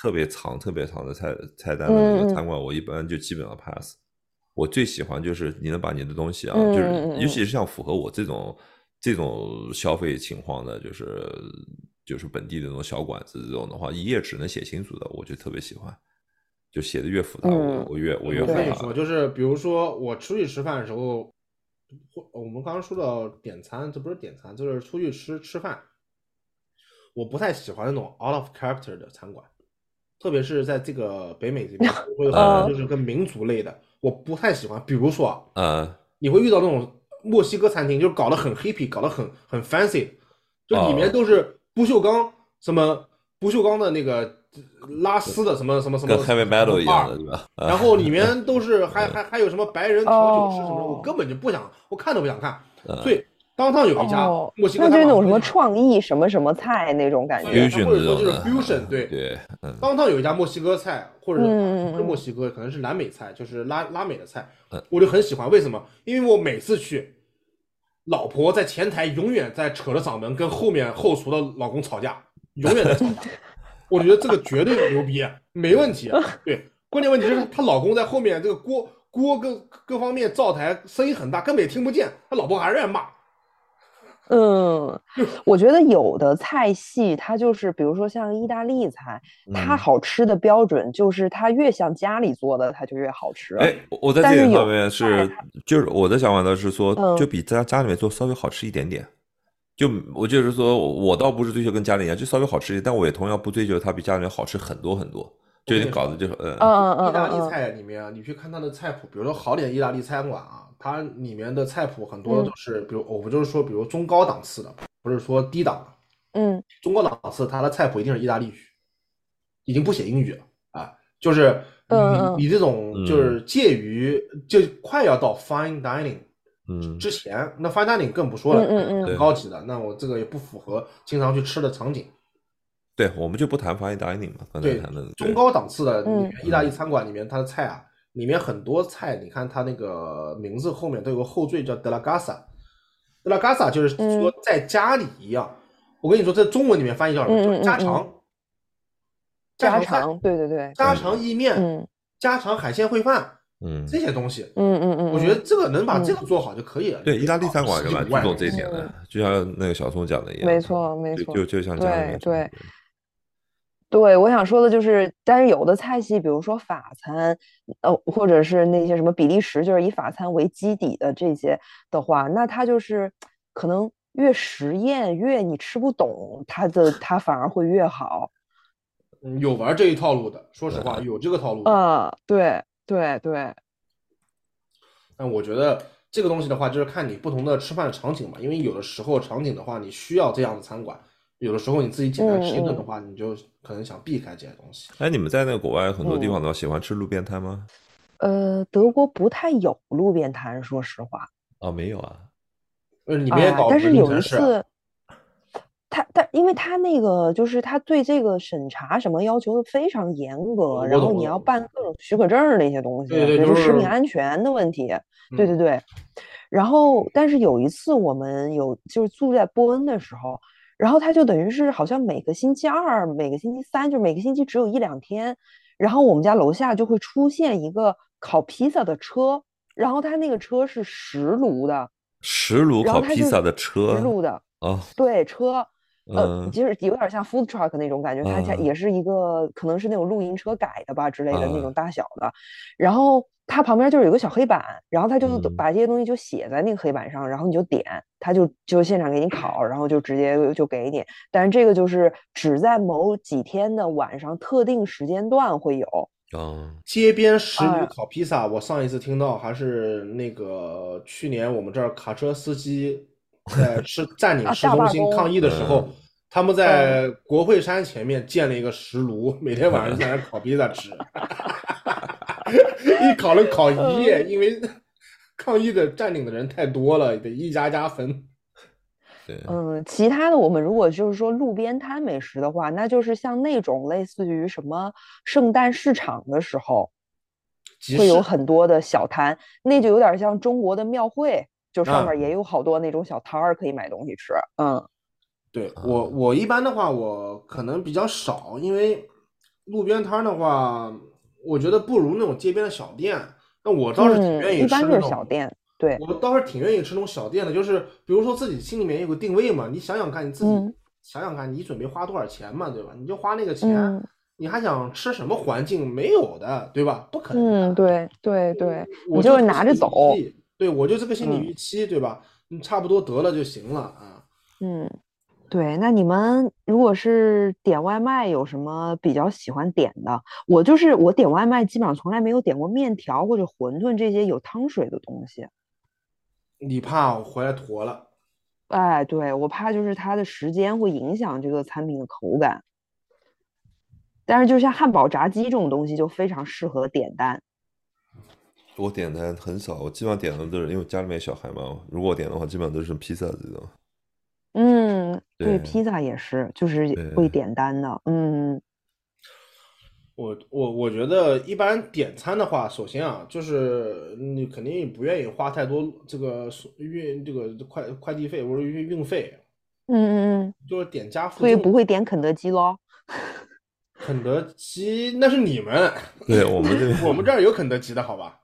[SPEAKER 3] 特别长、特别长的菜菜单的那
[SPEAKER 2] 嗯嗯
[SPEAKER 3] 个餐馆，我一般就基本上 pass。我最喜欢就是你能把你的东西啊，
[SPEAKER 2] 嗯
[SPEAKER 3] 就是
[SPEAKER 2] 嗯嗯
[SPEAKER 3] 尤其是像符合我这种这种消费情况的，就是就是本地的那种小馆子这种的话，一页纸能写清楚的，我就特别喜欢。就写的越复杂，
[SPEAKER 2] 嗯
[SPEAKER 3] 我我越我越
[SPEAKER 1] 我
[SPEAKER 3] 复
[SPEAKER 1] 跟你
[SPEAKER 3] 杂。
[SPEAKER 1] 说，就是比如说我出去吃饭的时候，或我们刚刚说到点餐，这不是点餐，就是出去吃吃饭，我不太喜欢那种 out of character 的餐馆，特别是在这个北美这边会
[SPEAKER 3] [LAUGHS]
[SPEAKER 1] 有很
[SPEAKER 3] 嗯
[SPEAKER 1] 多就是跟民族类的，我不太喜欢。比如说啊，
[SPEAKER 3] 呃，
[SPEAKER 1] 你会遇到那种墨西哥餐厅，就是搞得很 hippy，搞得很很 fancy，就里面
[SPEAKER 3] 哦
[SPEAKER 1] 都是不锈钢什么不锈钢的那个拉丝的什么什么什么
[SPEAKER 3] 跟 heavy
[SPEAKER 1] 什么
[SPEAKER 3] metal 一样
[SPEAKER 1] bar
[SPEAKER 3] 的，对吧？ [LAUGHS] 呃
[SPEAKER 1] 然后里面都是还还还有什么白人调酒师什么的，
[SPEAKER 2] 哦
[SPEAKER 1] 我根本就不想，我看都不想看。
[SPEAKER 3] 嗯
[SPEAKER 1] 所以当趟有一家
[SPEAKER 2] 哦，
[SPEAKER 1] 墨西哥
[SPEAKER 2] 那
[SPEAKER 1] 餐馆，
[SPEAKER 2] 就是那种什么创意什么什么菜那种感觉
[SPEAKER 1] 对，
[SPEAKER 3] fusion
[SPEAKER 1] 或者说就是
[SPEAKER 3] 这种的
[SPEAKER 1] fusion，对
[SPEAKER 3] 对，
[SPEAKER 1] 当趟有一家墨西哥菜，或者
[SPEAKER 2] 嗯
[SPEAKER 1] 不是墨西哥，可能是南美菜，就是拉拉美的菜
[SPEAKER 3] 嗯，
[SPEAKER 1] 我就很喜欢。为什么？因为我每次去，老婆在前台永远在扯着嗓门跟后面后厨的老公吵架， [LAUGHS] 永远在吵架。我觉得这个绝对牛逼，没问题。对，关键问题是她老公在后面这个锅锅各各方面灶台声音很大，根本也听不见，她老婆还是在骂。
[SPEAKER 2] 嗯，我觉得有的菜系它就是，比如说像意大利菜，它
[SPEAKER 3] 嗯
[SPEAKER 2] 好吃的标准就是它越像家里做的，它就越好吃。
[SPEAKER 3] 哎，我我在
[SPEAKER 2] 但
[SPEAKER 3] 这
[SPEAKER 2] 是
[SPEAKER 3] 个
[SPEAKER 2] 有
[SPEAKER 3] 方面是，就是我的想法呢是说，
[SPEAKER 2] 嗯
[SPEAKER 3] 就比在家里面做稍微好吃一点点。就我就是说，我倒不是追求跟家里一样，就稍微好吃一点，但我也同样不追求它比家里面好吃很多很多。就
[SPEAKER 1] 我跟
[SPEAKER 3] 你
[SPEAKER 1] 你
[SPEAKER 3] 搞的就是，嗯，
[SPEAKER 2] 嗯嗯嗯
[SPEAKER 1] 意大利
[SPEAKER 2] 嗯嗯，
[SPEAKER 1] 菜里面啊，你去看它的菜谱，比如说好点意大利餐馆啊，它里面的菜谱很
[SPEAKER 2] 嗯
[SPEAKER 1] 多都是，比如我们就是说，比如中高档次的，不是说低档的，
[SPEAKER 2] 嗯
[SPEAKER 1] 中高档次它的菜谱一定是意大利语，已经不写英语了啊，就是你
[SPEAKER 2] 嗯嗯
[SPEAKER 1] 你这种就是介于就快要到 fine dining
[SPEAKER 3] 嗯，
[SPEAKER 1] 之前，那 fine dining 更不说了，
[SPEAKER 2] 嗯嗯嗯
[SPEAKER 1] 很高级的，那我这个也不符合经常去吃的场景。
[SPEAKER 3] 对，我们就不谈 fine dining 嘛，刚才
[SPEAKER 1] 对
[SPEAKER 3] 谈的对
[SPEAKER 1] 中高档次的里
[SPEAKER 2] 嗯
[SPEAKER 1] 面，意大利餐馆里面它的菜啊，里面很多菜，你看它那个名字后面都有个后缀叫德拉 a 萨，德拉 a 萨就是
[SPEAKER 2] 嗯
[SPEAKER 1] 说在家里一样。我跟你说，这中文里面翻译叫什么？
[SPEAKER 2] 嗯嗯
[SPEAKER 1] 叫家
[SPEAKER 2] 嗯嗯
[SPEAKER 1] 常，
[SPEAKER 2] 家
[SPEAKER 1] 常菜、
[SPEAKER 2] 常，对对对，
[SPEAKER 1] 家常意面、
[SPEAKER 2] 嗯
[SPEAKER 1] 家常海鲜烩饭
[SPEAKER 3] 嗯，
[SPEAKER 1] 这些东西，
[SPEAKER 2] 嗯嗯嗯，
[SPEAKER 1] 我觉得这个能把
[SPEAKER 2] 嗯
[SPEAKER 1] 这个做好就可以了。
[SPEAKER 3] 对，意大利餐馆
[SPEAKER 1] 是
[SPEAKER 3] 是吧？注重这一点的
[SPEAKER 2] 嗯，
[SPEAKER 3] 就像那个小宋讲的一样，
[SPEAKER 2] 没错没
[SPEAKER 3] 就
[SPEAKER 2] 错
[SPEAKER 3] 就就像家里
[SPEAKER 2] 对
[SPEAKER 3] 面
[SPEAKER 2] 对
[SPEAKER 3] 这种
[SPEAKER 2] 对，我想说的就是，但是有的菜系，比如说法餐，呃，或者是那些什么比利时，就是以法餐为基底的这些的话，那它就是可能越实验越你吃不懂，它的它反而会越好。
[SPEAKER 1] 嗯有玩这一套路的，说实话，有这个套路的。
[SPEAKER 2] 啊，对对对，
[SPEAKER 1] 但我觉得这个东西的话，就是看你不同的吃饭的场景吧，因为有的时候场景的话，你需要这样的餐馆；有的时候你自己简单吃一顿
[SPEAKER 2] 嗯
[SPEAKER 1] 的话，你就可能想避开这些东西。
[SPEAKER 3] 哎，你们在那个国外很多
[SPEAKER 2] 嗯
[SPEAKER 3] 地方的话，喜欢吃路边摊吗？
[SPEAKER 2] 呃，德国不太有路边摊，说实话。
[SPEAKER 3] 啊，没有啊，
[SPEAKER 1] 呃，你们也
[SPEAKER 2] 啊
[SPEAKER 1] 搞
[SPEAKER 2] 但
[SPEAKER 1] 文
[SPEAKER 2] 是
[SPEAKER 1] 明
[SPEAKER 2] 有
[SPEAKER 1] 城
[SPEAKER 2] 一
[SPEAKER 1] 市啊，
[SPEAKER 2] 次，他他因为他那个就是他对这个审查什么要求的非常严格，
[SPEAKER 1] 我
[SPEAKER 2] 然
[SPEAKER 1] 懂
[SPEAKER 2] 后
[SPEAKER 1] 我
[SPEAKER 2] 你要
[SPEAKER 1] 懂
[SPEAKER 2] 办各种许可证儿的一些东西，
[SPEAKER 1] 对对
[SPEAKER 2] 比如
[SPEAKER 1] 就
[SPEAKER 2] 说食品
[SPEAKER 1] 是
[SPEAKER 2] 安全的问题，对对
[SPEAKER 1] 嗯
[SPEAKER 2] 对。然后但是有一次我们有就是住在波恩的时候。然后他就等于是好像每个星期二、每个星期三，就是每个星期只有一两天，然后我们家楼下就会出现一个烤披萨的车，然后他那个车是石炉的，
[SPEAKER 3] 石炉
[SPEAKER 2] 然后
[SPEAKER 3] 烤
[SPEAKER 2] 它
[SPEAKER 3] 披
[SPEAKER 2] 就
[SPEAKER 3] 萨的
[SPEAKER 2] 石
[SPEAKER 1] 呃
[SPEAKER 3] 车
[SPEAKER 2] 路的，
[SPEAKER 3] 啊，
[SPEAKER 2] 对车，呃，
[SPEAKER 3] 嗯
[SPEAKER 2] 就是有点像 food truck 那种感觉，它家
[SPEAKER 3] 嗯
[SPEAKER 2] 也是一个可能是那种露营车改的吧之类的那
[SPEAKER 3] 嗯
[SPEAKER 2] 种大小的，然后它旁边就是有个小黑板，然后它就都
[SPEAKER 3] 嗯
[SPEAKER 2] 把这些东西就写在那个黑板上，然后你就点，它就就现场给你烤，然后就直接就给你，但是这个就是只在某几天的晚上特定时间段会有，
[SPEAKER 3] 嗯
[SPEAKER 1] 街边石炉
[SPEAKER 2] 哎
[SPEAKER 1] 烤披萨，我上一次听到还是那个去年我们这儿卡车司机
[SPEAKER 2] [LAUGHS]
[SPEAKER 1] 在市占领
[SPEAKER 2] 啊
[SPEAKER 1] 市
[SPEAKER 2] 大
[SPEAKER 1] 中
[SPEAKER 2] 罢
[SPEAKER 1] 心
[SPEAKER 2] 工
[SPEAKER 1] 抗议的时候
[SPEAKER 3] 嗯，
[SPEAKER 1] 他们在国会山前面建了一个石炉，每天晚上在那儿烤披萨吃， [LAUGHS] 一烤能烤一夜，
[SPEAKER 2] 嗯
[SPEAKER 1] 因为抗议的占领的人太多了，得一家家分。
[SPEAKER 3] 对，
[SPEAKER 2] 嗯，其他的我们如果就是说路边摊美食的话，那就是像那种类似于什么圣诞市场的时候。
[SPEAKER 1] 集
[SPEAKER 2] 会有
[SPEAKER 1] 市
[SPEAKER 2] 很多的小摊，那就有点像中国的庙会，就上
[SPEAKER 1] 啊
[SPEAKER 2] 面也有好多那种小摊儿可以买东西吃。嗯
[SPEAKER 1] 对我，
[SPEAKER 2] 啊
[SPEAKER 1] 我一般的话，我可能比较少，因为路边摊儿的话，我觉得不如那种街边的小店。那我倒是挺愿
[SPEAKER 2] 嗯，
[SPEAKER 1] 意
[SPEAKER 2] 一
[SPEAKER 1] 吃
[SPEAKER 2] 般就
[SPEAKER 1] 那
[SPEAKER 2] 是
[SPEAKER 1] 种，
[SPEAKER 2] 小店，对，
[SPEAKER 1] 我倒是挺愿意吃那种小店的，就是比如说自己心里面有个定位嘛，你想想看，你自己、
[SPEAKER 2] 嗯
[SPEAKER 1] 想想看，你准备花多少钱嘛，对吧？你就花那个钱，
[SPEAKER 2] 嗯
[SPEAKER 1] 你还想吃什么环境？没有的，对吧？不可能的。
[SPEAKER 2] 嗯，对对对，
[SPEAKER 1] 我
[SPEAKER 2] 你就
[SPEAKER 1] 这
[SPEAKER 2] 是
[SPEAKER 1] 个
[SPEAKER 2] 拿
[SPEAKER 1] 心
[SPEAKER 2] 着
[SPEAKER 1] 理
[SPEAKER 2] 走，
[SPEAKER 1] 预期，对，我就这个心理
[SPEAKER 2] 嗯
[SPEAKER 1] 预期，对吧？你差不多得了就行了啊。
[SPEAKER 2] 嗯，对。那你们如果是点外卖，有什么比较喜欢点的？我就是我点外卖，基本上从来没有点过面条或者馄饨这些有汤水的东西。
[SPEAKER 1] 你怕我回来坨了。
[SPEAKER 2] 哎，对，我怕就是它的时间会影响这个产品的口感。但是就像汉堡、炸鸡这种东西就非常适合点单。
[SPEAKER 3] 我点的很少，我基本上点的都是因为家里面有小孩嘛，如果我点的话，基本上都是披萨这种。
[SPEAKER 2] 嗯，
[SPEAKER 3] 对
[SPEAKER 2] 对，披萨也是，就是
[SPEAKER 3] 对
[SPEAKER 2] 会点单的。嗯
[SPEAKER 1] 我我我觉得一般点餐的话，首先啊，就是你肯定不愿意花太多这个送运这个快快递费或者运运费，
[SPEAKER 2] 嗯嗯嗯，
[SPEAKER 1] 就是点家附
[SPEAKER 2] 所以
[SPEAKER 1] 近
[SPEAKER 2] 不会点肯德基喽。
[SPEAKER 1] 肯德基，那是你们，
[SPEAKER 3] 对我们这
[SPEAKER 1] 我们这儿有肯德基的好吧？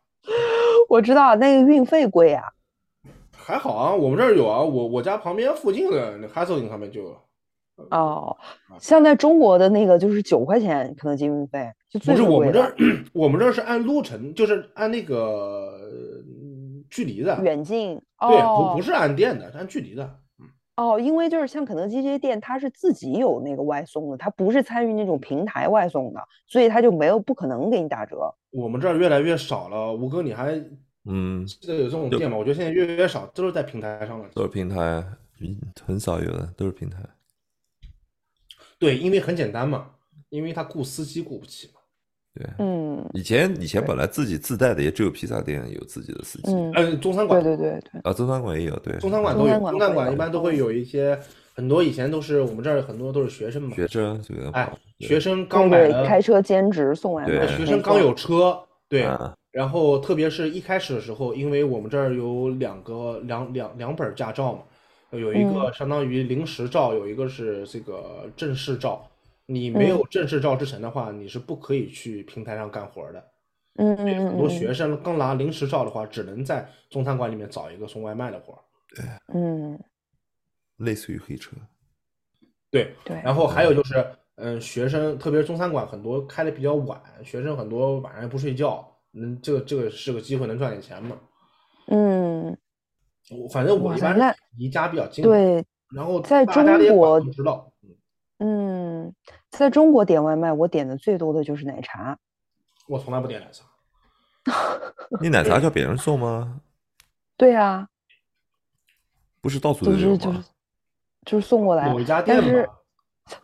[SPEAKER 2] 我知道那个运费贵啊。
[SPEAKER 1] 还好啊，我们这儿有啊，我我家旁边附近的那 Hassling 他们就有。
[SPEAKER 2] 哦，
[SPEAKER 1] 嗯
[SPEAKER 2] 像在中国的那个就是九块钱肯德基运费，就
[SPEAKER 1] 不
[SPEAKER 2] 最
[SPEAKER 1] 是
[SPEAKER 2] 最
[SPEAKER 1] 我
[SPEAKER 2] 贵
[SPEAKER 1] 们这儿 [CLEARS THROAT]
[SPEAKER 2] 的，
[SPEAKER 1] 我们这儿是按路程，就是按那个嗯距离的，
[SPEAKER 2] 远近
[SPEAKER 1] 对，
[SPEAKER 2] 哦，
[SPEAKER 1] 不不是按店的，是按距离的。
[SPEAKER 2] 哦，因为就是像肯德基这些店，它是自己有那个外送的，它不是参与那种平台外送的，所以它就没有不可能给你打折。
[SPEAKER 1] 我们这儿越来越少了，吴哥，你还
[SPEAKER 3] 嗯，
[SPEAKER 1] 记得有这种
[SPEAKER 3] 就
[SPEAKER 1] 店吗？我觉得现在越来越少，都是在平台上了。
[SPEAKER 3] 都是平台，嗯很少有的都是平台。
[SPEAKER 1] 对，因为很简单嘛，因为他雇司机雇不起嘛。
[SPEAKER 3] 对，
[SPEAKER 2] 嗯
[SPEAKER 3] 以前以前
[SPEAKER 2] 对
[SPEAKER 3] 本来自己自带的也只有披萨店有自己的司机，
[SPEAKER 2] 嗯，
[SPEAKER 1] 呃，中餐
[SPEAKER 2] 对
[SPEAKER 1] 馆，
[SPEAKER 2] 对对对，
[SPEAKER 3] 啊，中餐馆也有，对，
[SPEAKER 1] 中餐馆
[SPEAKER 3] 嗯
[SPEAKER 1] 都
[SPEAKER 2] 中
[SPEAKER 1] 有
[SPEAKER 2] 餐，馆
[SPEAKER 1] 中餐
[SPEAKER 2] 会
[SPEAKER 1] 馆
[SPEAKER 2] 有
[SPEAKER 1] 一般都会有一些，很多以前都是我们这儿很多都是学生嘛，
[SPEAKER 3] 学生这个
[SPEAKER 1] 哎
[SPEAKER 3] 跑，对
[SPEAKER 1] 学生
[SPEAKER 2] 对
[SPEAKER 1] 刚买
[SPEAKER 2] 对
[SPEAKER 1] 了，
[SPEAKER 2] 开车兼职送外
[SPEAKER 3] 对
[SPEAKER 2] 卖，
[SPEAKER 1] 学
[SPEAKER 2] 没
[SPEAKER 1] 生刚
[SPEAKER 2] 错
[SPEAKER 1] 有车，对，
[SPEAKER 3] 啊
[SPEAKER 1] 然后特别是一开始的时候，因为我们这儿有两个两两两本驾照嘛，有一
[SPEAKER 2] 嗯
[SPEAKER 1] 个相当于临时照，有一个是这个正式照。你没
[SPEAKER 2] 嗯
[SPEAKER 1] 有正式照之前的话，你是不可以去平台上干活的。
[SPEAKER 2] 嗯嗯嗯
[SPEAKER 1] 很多学生刚拿临时照的话，只能在中餐馆里面找一个送外卖的活儿。
[SPEAKER 2] 嗯，
[SPEAKER 3] 类似于黑车，
[SPEAKER 1] 对，
[SPEAKER 2] 嗯对，
[SPEAKER 1] 然后还有就是，嗯，学生特别是中餐馆很多开的比较晚，学生很多晚上也不睡觉，嗯，这个这个是个机会能赚点钱嘛。
[SPEAKER 2] 嗯，
[SPEAKER 1] 我反正我
[SPEAKER 2] 哇
[SPEAKER 1] 一
[SPEAKER 2] 塞
[SPEAKER 1] 般是
[SPEAKER 2] 那
[SPEAKER 1] 离家比较近，，
[SPEAKER 2] 对，
[SPEAKER 1] 然后
[SPEAKER 2] 在
[SPEAKER 1] 大家
[SPEAKER 2] 中
[SPEAKER 1] 也好
[SPEAKER 2] 国
[SPEAKER 1] 像知道，嗯
[SPEAKER 2] 嗯，在中国点外卖，我点的最多的就是奶茶，
[SPEAKER 1] 我从来不点奶茶，
[SPEAKER 3] 你奶茶叫别人送吗？
[SPEAKER 2] 对啊，
[SPEAKER 3] 不是到处
[SPEAKER 2] 就
[SPEAKER 3] 都有
[SPEAKER 2] 是就是
[SPEAKER 3] 吗？
[SPEAKER 2] 就是送过来，
[SPEAKER 1] 某一家
[SPEAKER 2] 但
[SPEAKER 1] 店
[SPEAKER 2] 是
[SPEAKER 1] 吧，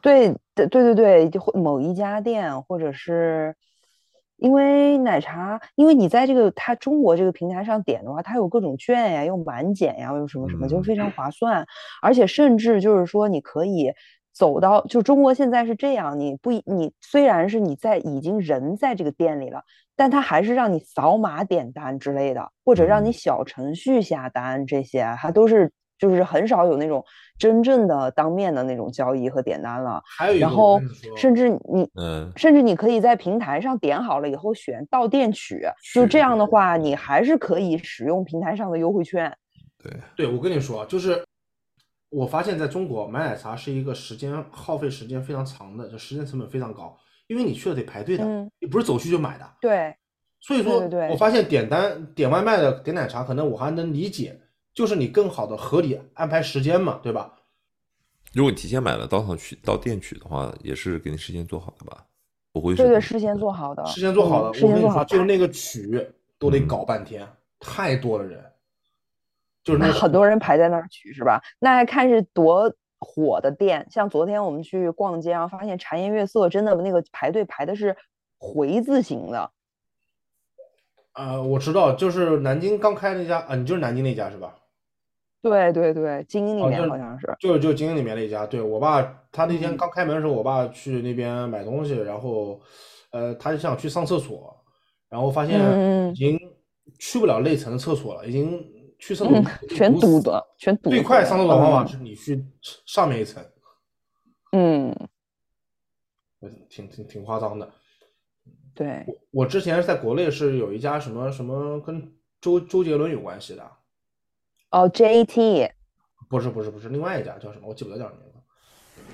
[SPEAKER 2] 对对对对对，就会某一家店，或者是因为奶茶，因为你在这个它中国这个平台上点的话，它有各种券呀，有满减呀，有什么什么，就
[SPEAKER 3] 嗯
[SPEAKER 2] 非常划算。而且甚至就是说，你可以走到，就中国现在是这样，你不一你虽然是你在已经人在这个店里了，但它还是让你扫码点单之类的，或者让你
[SPEAKER 3] 嗯
[SPEAKER 2] 小程序下单这些，它都是就是很少有那种真正的当面的那种交易和点单了。
[SPEAKER 1] 还有一个
[SPEAKER 2] 然
[SPEAKER 1] 我
[SPEAKER 2] 后
[SPEAKER 1] 跟你说，
[SPEAKER 2] 甚至你，
[SPEAKER 3] 嗯，
[SPEAKER 2] 甚至你可以在平台上点好了以后选到店取，就是这样的话，你还是可以使用平台上的优惠券。
[SPEAKER 3] 对，
[SPEAKER 1] 对我跟你说，啊就是我发现在中国买奶茶是一个时间耗费时间非常长的，就时间成本非常高，因为你去了得排队的，
[SPEAKER 2] 嗯
[SPEAKER 1] 你不是走去就买的，
[SPEAKER 2] 对，
[SPEAKER 1] 所以说
[SPEAKER 2] 对对对
[SPEAKER 1] 我发现点单点外卖的点奶茶，可能我还能理解，就是你更好的合理安排时间嘛，对吧？
[SPEAKER 3] 如果你提前买了，到场取到店取的话，也是给你事先做好的吧？不会是
[SPEAKER 2] 对对，
[SPEAKER 3] 临
[SPEAKER 2] 事先做好的，
[SPEAKER 1] 事先做好
[SPEAKER 2] 嗯
[SPEAKER 1] 了，
[SPEAKER 2] 事
[SPEAKER 1] 我跟
[SPEAKER 2] 先
[SPEAKER 1] 你
[SPEAKER 2] 做
[SPEAKER 1] 说，
[SPEAKER 2] 好嗯
[SPEAKER 1] 就
[SPEAKER 2] 的。
[SPEAKER 1] 那个取都得搞半天，太多了人，就是那 [LAUGHS]
[SPEAKER 2] 那
[SPEAKER 1] 个
[SPEAKER 2] 很多人排在那儿取是吧？那还看是多火的店，像昨天我们去逛街，然后啊发现茶颜悦色真的那个排队排的是回字形的，
[SPEAKER 1] 呃，我知道，就是南京刚开那家啊，你就是南京那家是吧？
[SPEAKER 2] 对对对，精英里
[SPEAKER 1] 哦
[SPEAKER 2] 面
[SPEAKER 1] 就是
[SPEAKER 2] 好像是，
[SPEAKER 1] 就是就金鹰里面那家，对我爸，他那天
[SPEAKER 2] 嗯
[SPEAKER 1] 刚开门的时候，我爸去那边买东西，然后，呃，他就想去上厕所，然后发现
[SPEAKER 2] 嗯嗯嗯
[SPEAKER 1] 已经去不了那层厕所了，已经去厕所
[SPEAKER 2] 嗯，
[SPEAKER 1] 已经
[SPEAKER 2] 全
[SPEAKER 1] 堵
[SPEAKER 2] 堵
[SPEAKER 1] 死
[SPEAKER 2] 的，全堵
[SPEAKER 1] 最
[SPEAKER 2] 死
[SPEAKER 1] 快
[SPEAKER 2] 了
[SPEAKER 1] 上厕所的方法
[SPEAKER 2] 嗯
[SPEAKER 1] 是你去上面一层，
[SPEAKER 2] 嗯，
[SPEAKER 1] 嗯挺挺挺夸张的。
[SPEAKER 2] 对，
[SPEAKER 1] 我我之前在国内是有一家什么什么跟周周杰伦有关系的，啊
[SPEAKER 2] 哦，JT，
[SPEAKER 1] 不是不是不是，另外一家叫什么我记不得叫什么名字，